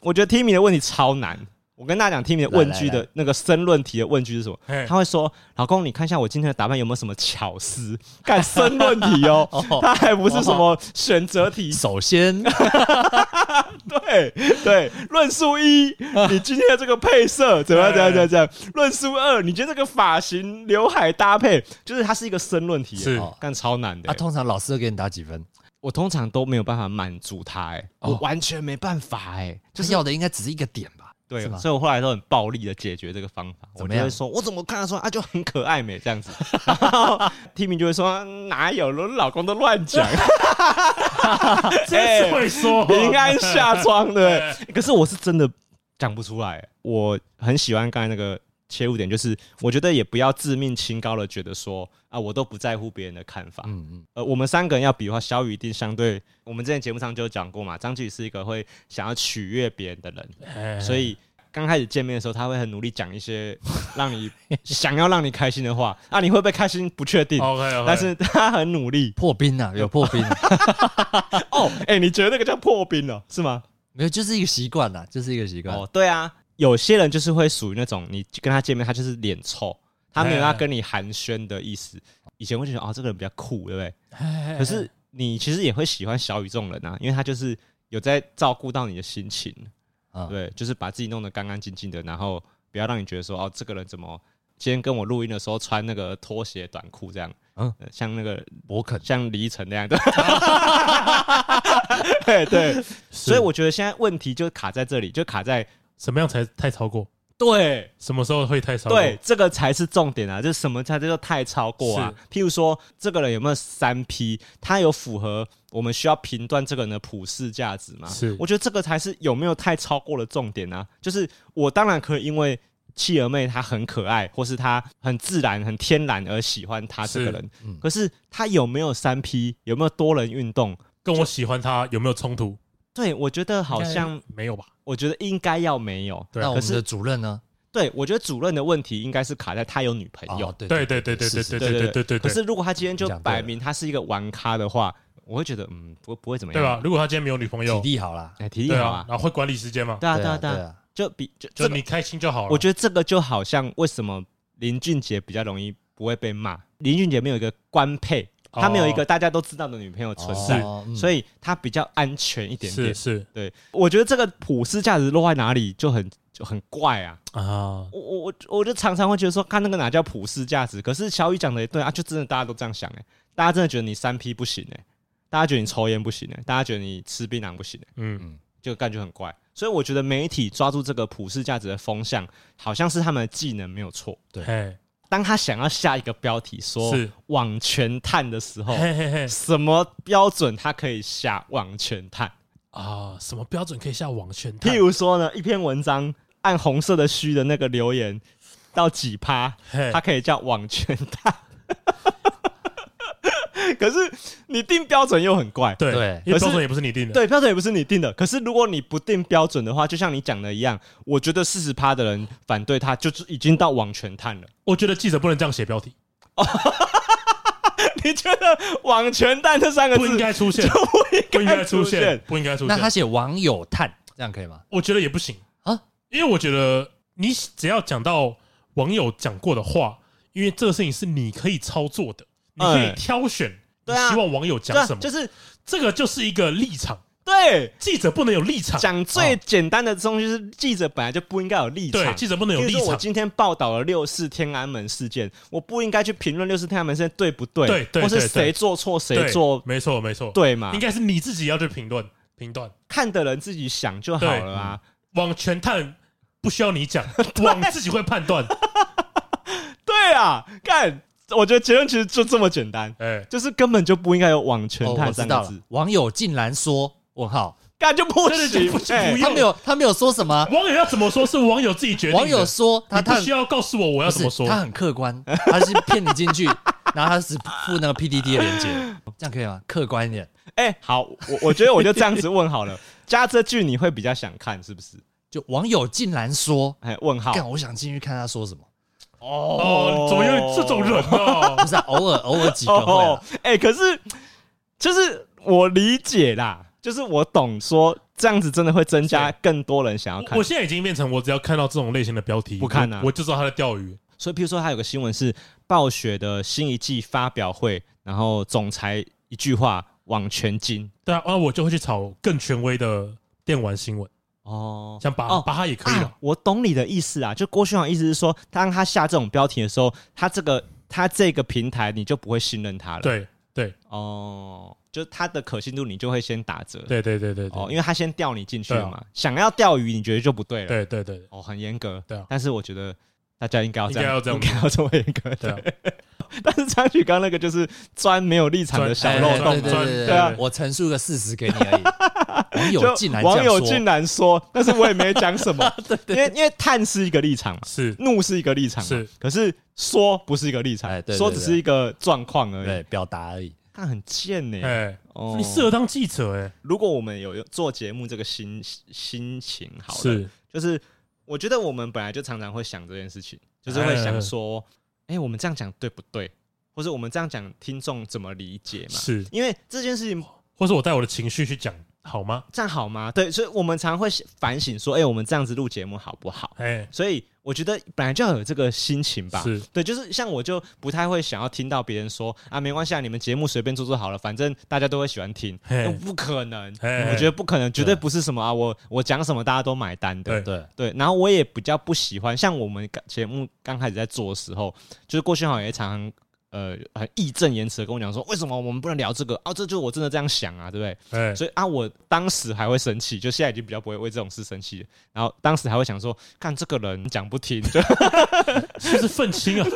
S2: 我觉得 Timmy 的问题超难。我跟大家讲，Timmy 的问句
S4: 来来
S2: 的那个申论题的问句是什么？
S3: 嘿
S2: 他会说：“老公，你看一下我今天的打扮有没有什么巧思？”干申论题 哦，他还不是什么选择题。
S4: 首先，
S2: 对对，论述一，你今天的这个配色怎么样？怎么样？怎么样怎么样？论述二，你觉得这个发型、刘海搭配，就是它是一个申论题，哦
S3: 是
S2: 干超难的
S4: 啊，。通常老师会给你打几分？
S2: 我通常都没有办法满足他、欸，我完全没办法、欸，哎，
S4: 就是要的应该只是一个点吧？
S2: 对
S4: 是，吗
S2: 所以我后来都很暴力的解决这个方法，
S4: 怎
S2: 我
S4: 么
S2: 就
S4: 样
S2: 会说，我怎么看他说啊就很可爱没这样子， 然后 Timmy 就会说哪有，我老公都乱讲，
S3: 真是会说
S2: 平安下窗对，可是我是真的讲不出来、欸我很喜欢刚才那个切入点，就是我觉得也不要自命清高的觉得说啊，我都不在乎别人的看法。
S4: 嗯嗯，
S2: 呃，我们三个人要比的话，小雨一定相对我们之前节目上就有讲过嘛，张继宇是一个会想要取悦别人的人，
S3: 哎
S2: 所以刚开始见面的时候，他会很努力讲一些 让你想要让你开心的话。啊，你会不会开心不确定，
S3: OK，
S2: 但是他很努力。
S4: 破冰啊，有破冰，
S2: 哦，哎，你觉得那个叫破冰了是吗？
S4: 没有，就是一个习惯啦，就是一个习惯。
S2: 哦，对啊，有些人就是会属于那种你跟他见面，他就是脸臭，他没有要跟你寒暄的意思。以前会觉得哦，这个人比较酷，对不对？可是你其实也会喜欢小雨这种人啊，因为他就是有在照顾到你的心情，
S4: 啊，
S2: 对，就是把自己弄得干干净净的，然后不要让你觉得说哦，这个人怎么今天跟我录音的时候穿那个拖鞋短裤这样，嗯
S4: 嗯、
S2: 像那个
S4: 我肯
S2: 像李依晨那样 的，对对，所以我觉得现在问题就卡在这里，就卡在
S3: 什么样才太超过？
S2: 对。
S3: 什么时候会太超过？
S2: 对，，这个才是重点啊！就是什么才叫做太超过啊？譬如说，这个人有没有三 P，他有符合我们需要评断这个人的普世价值吗？
S3: 是
S2: 我觉得这个才是有没有太超过的重点啊！就是我当然可以因为企鹅妹她很可爱，或是她很自然、很天然而喜欢她这个人，
S3: 嗯
S2: 可是她有没有三 P，有没有多人运动？
S3: 跟我喜欢他有没有冲突？
S2: 对，我觉得好像
S3: 应，该没有吧？
S2: 我觉得应该要没有。
S3: 对啊
S4: 那我
S2: 可
S4: 们
S2: 是
S4: 的主任呢？
S2: 对，我觉得主任的问题应该是卡在哎他有女朋友
S4: 哦。对
S3: 对对对对
S4: 是
S3: 对
S4: 是
S2: 对
S3: 对对对对对
S2: 可
S3: 对
S2: 是，如果他今天就
S4: 你讲对
S2: 摆
S4: 了
S2: 明他是一个玩咖的话，我会觉得嗯，不不会怎么
S3: 对
S2: 样，
S3: 吧？？如果他今天没有女朋
S4: 体
S3: 友，
S4: 力好啦，
S2: 哎，提议
S3: 对
S2: 好
S3: 啊
S2: 啊，，
S3: 然后会管理时间吗？
S2: 对啊，对啊，对
S4: 对
S2: 啊，
S4: 啊，
S2: 就比就
S3: 就
S2: 这个，
S3: 你开心就好了。
S2: 我觉得这个就好像为什么林俊杰比较容易不会被骂，林俊杰没有一个官配，他没有一个大家都知道的女朋友存在，
S4: 哦嗯
S2: 所以他比较安全一点
S3: 是
S2: 点。
S3: 是
S2: 对，我觉得这个普世价值落在哪里就很就很怪啊。
S3: 啊，
S2: 我我我我就常常会觉得说，看那个哪叫普世价值？可是小雨讲的也对啊，就真的大家都这样想哎、大家真的觉得你三 P 不行哎、大家觉得你抽烟不行哎、大家觉得你吃槟榔不行哎、
S3: 嗯，
S2: 就感觉很怪。所以我觉得媒体抓住这个普世价值的风向，好像是他们的技能没有错。
S4: 对
S3: 嘿，
S2: 当他想要下一个标题说
S3: 是
S2: “网全探”的时候，
S3: 嘿嘿嘿
S2: 什么标准他可以下“网全探
S3: 啊，什么标准可以下网宣”？探
S2: 譬？如说呢，一篇文章按红色的虚的那个留言到几趴，
S3: 嘿
S2: 它可以叫网圈大。 可是你定标准又很怪，
S3: 对
S4: 对
S2: 可
S3: 因为
S2: 是
S3: 标准也不是你定的，
S2: 对标准也不是你定的。可是如果你不定标准的话，就像你讲的一样，我觉得四十趴的人反对他，就是已经到网全探了。
S3: 我觉得记者不能这样写标题，
S2: 你觉得网全探这三个字
S3: 不应该出现
S2: 就，不
S3: 不
S2: 应
S3: 应
S2: 该
S3: 该
S2: 出
S3: 出现
S2: 现？，
S3: 不应该出
S4: 那他
S3: 现。
S4: 写网友探这样可以吗？
S3: 我觉得也不行
S4: 啊，
S3: 因为我觉得你只要讲到网友讲过的话，因为这个事情是你可以操作的，你可以
S2: 哎
S3: 挑选，你
S2: 对啊
S3: 希望网友
S2: 对啊
S3: 讲什么，
S2: 就是
S3: 这个就是一个立场，
S2: 对
S3: 记者不能有立场，
S2: 讲最简单的东西，就是记者本来就不应该有立
S3: 哦对，
S2: 场。
S3: 记者不能
S2: 比
S3: 有
S2: 如
S3: 立
S2: 说，我
S3: 场，
S2: 今天报道了六四天安门事件，我不应该去评论六四天安门事件对不对，
S3: 对对
S2: 或是
S3: 对对
S2: 谁做错谁
S3: 对，
S2: 做
S3: 没错没错，
S2: 对啊嘛
S3: 应？该是你自己要去评论评断，
S2: 看的人自己想就好了啊。
S3: 网全探不需要你 讲，网自己会判断， 嗯
S2: 对啊，看，我觉得结论其实就这么简单，
S3: 哎，
S2: 就是根本就不应该有网
S4: 哦
S2: 权
S4: 我
S2: 探
S4: 知
S2: 三
S4: 道
S2: 个
S4: 了
S2: 字，，
S4: 网友竟然说问号，
S2: 干就不
S3: 真的
S2: 行
S3: 就不，行
S2: 哎
S3: 不用
S4: 他没有他没有说什么啊，
S3: 网友要怎么说是网友自己决定的，
S4: 网友说他
S3: 你不
S4: 探
S3: 需要告诉我我要
S4: 不
S3: 怎么说
S4: 是，他很客观，他是骗你进 去，然后他只附那个 PDD 的链接，这样可以吗？客观一点，
S2: 哎，好，我我觉得我就这样子问好了。 加这句你会比较想看是不是？
S4: 就网友竟然说，
S2: 哎，问号
S4: 干，我想进去看他说什么，
S3: 哦，怎么有这种人哦？
S4: 不是啊，偶尔偶尔几个会
S2: 哦
S4: 啊，，
S2: 哎，可是就是我理解啦，就是我懂说这样子真的会增加更多人想要
S3: 我
S2: 看啊
S3: 我。现在已经变成我只要看到这种类型的标题，
S2: 不看啊
S3: 我我就知道他在钓鱼。
S2: 所以，譬如说，他有个新闻是暴雪的新一季发表会，然后总裁一句话网全金
S3: 对啊，啊，我就会去炒更权威的电玩新闻，
S2: 哦，
S3: 像巴
S2: 哦
S3: 巴哈也可以了
S2: 啊。我懂你的意思啊，就郭旭煌意思是说，当他下这种标题的时候，他这个他这个平台你就不会信任他了。
S3: 对对
S2: 哦，就他的可信度你就会先打折。
S3: 对对对对
S2: 哦，
S3: 对
S2: 因为他先钓你进去了嘛，
S3: 对
S2: 想要钓鱼，你觉得就不对了。
S3: 对对对对
S2: 哦，很严格。
S3: 对啊
S2: 但是我觉得大家应该要这
S3: 应该
S2: 样
S3: 要，这样
S2: 应该要这么严格。
S3: 对啊，
S2: 但是张旭刚那个就是钻没有立场的小
S3: 钻
S2: 漏
S3: 哎
S2: 洞啊
S4: 对对。
S3: 钻
S4: 对
S3: 对
S4: 对
S3: 啊
S4: 我陈述个事实给你而已，网友
S2: 就
S4: 竟然这
S2: 网
S4: 样
S2: 友
S4: 说
S2: 竟然说，但是我也没讲什么，因为因为叹是一个立场嘛，
S3: 是
S2: 怒是一个立场嘛，
S3: 是
S2: 可是说不是一个立场
S4: 哎，对对
S2: 说只是一个状况而
S4: 对
S2: 已，
S4: 表达而已。
S2: 看很贱呢、
S3: 哎，
S2: 哦
S3: 你适合当记者哎，
S2: 如果我们有做节目这个心心情好了，
S3: 是
S2: 就是我觉得我们本来就常常会想这件事情，就是会想说，哎、我们这样讲对不对？或者我们这样讲，听众怎么理解嘛？
S3: 是，
S2: 因为这件事情
S3: 或是我带我的情绪去讲好吗？
S2: 这样好吗？对，所以我们常会反省说，哎、我们这样子录节目好不好？
S3: 哎，
S2: 所以我觉得本来就要有这个心情吧。
S3: 是
S2: 对，就是像我就不太会想要听到别人说啊，没关系啊，你们节目随便做做好了，反正大家都会喜欢听。
S3: 嘿
S2: 那不可能，
S3: 嘿
S2: 嗯我觉得不可能，绝对
S4: 对
S2: 不是什么啊，我我讲什么大家都买单的。
S3: 对
S4: 对，
S2: 对，然后我也比较不喜欢，像我们刚节目刚开始在做的时候，就是郭轩豪也常常呃很义正言辞的跟我讲说，为什么我们不能聊这个？哦，这就是我真的这样想啊，对不对？
S3: 哎，
S2: 所以啊，我当时还会生气，就现在已经比较不会为这种事生气了。然后当时还会想说，看这个人讲不听，就是
S3: 不是愤青啊？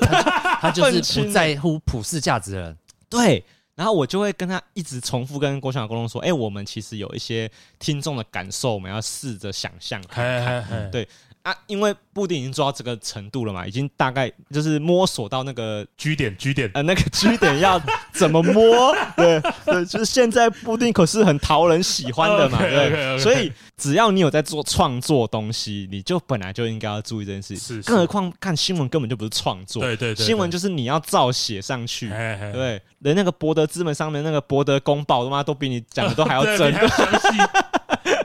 S4: 他就是
S2: 愤青
S4: 不在乎普世价值的人。
S2: 对。然后我就会跟他一直重复跟郭晓沟通说，哎、我们其实有一些听众的感受，我们要试着想象看
S3: 哎哎哎，
S2: 对啊，因为布丁已经做到这个程度了嘛，已经大概就是摸索到那个
S3: 居点居点，
S2: 呃那个居点要怎么 摸，对对，就是现在布丁可是很讨人喜欢的嘛，对
S3: OK，OK，OK
S2: 所以只要你有在做创作东西，你就本来就应该要注意这件事情，
S3: 是是
S2: 更何况看新闻根本就不是创作，
S3: 对对对，
S2: 新闻
S3: 就
S2: 就是你要照写上去。
S3: 哎哎，
S2: 对，连那个博德资本上面那个博德公报，他妈都比你讲的都还要
S3: 对
S2: 真
S3: 你。还要详细，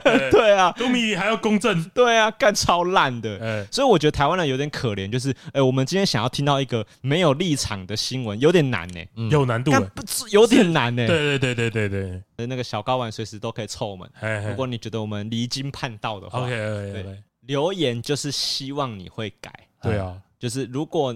S3: 哎
S2: 对啊，
S3: 都米还要公正，
S2: 对啊，干超烂的。
S3: 哎，
S2: 所以我觉得台湾人有点可怜，就是，哎、我们今天想要听到一个没有立场的新闻，有点难呢、
S4: 嗯
S3: 有难度
S2: 但
S3: 哎，
S2: 不有点难呢、
S3: 对对对对对对，
S2: 那个小睾丸随时都可以凑我们。
S3: 哎哎
S2: 如果你觉得我们离经叛道的话
S3: OK OK，
S2: 留言就是希望你会改。
S3: 对啊，
S2: 就是如果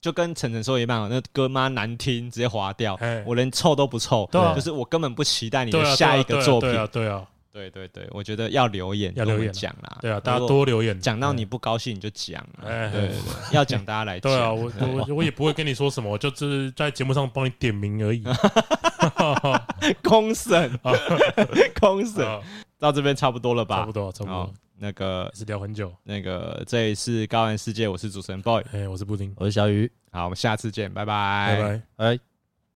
S2: 就跟晨晨说一半，那歌妈难听，直接划掉
S3: 哎。
S2: 我连凑都不凑，
S3: 对啊
S2: 就是我根本不期待你
S3: 对
S2: 的
S3: 啊，
S2: 下一个作品
S3: 对。啊对啊
S2: 对对对，我觉得要留言，
S3: 要
S2: 跟
S3: 留
S2: 我
S3: 言
S2: 们讲啦。
S3: 对啊，大
S2: 如
S3: 家
S2: 果
S3: 多留言，
S2: 讲到你不高兴你就讲啊。
S3: 哎
S2: 对对对，要讲大家来讲。
S3: 对啊，我 我我也不会跟你说什么，我就只是在节目上帮你点 名而已。啊
S2: 公 审，公审
S3: 啊
S2: 到这边差不多了吧？
S3: 差不多，差不
S2: 好
S3: 多，，
S2: 那个
S3: 也是聊很久。
S2: 那个，这里是高玩世界，我是主持人 boy。
S3: 哎，我是布丁，
S4: 我是小雨，
S2: 好，我们下次见，拜
S3: 拜拜。
S4: 哎。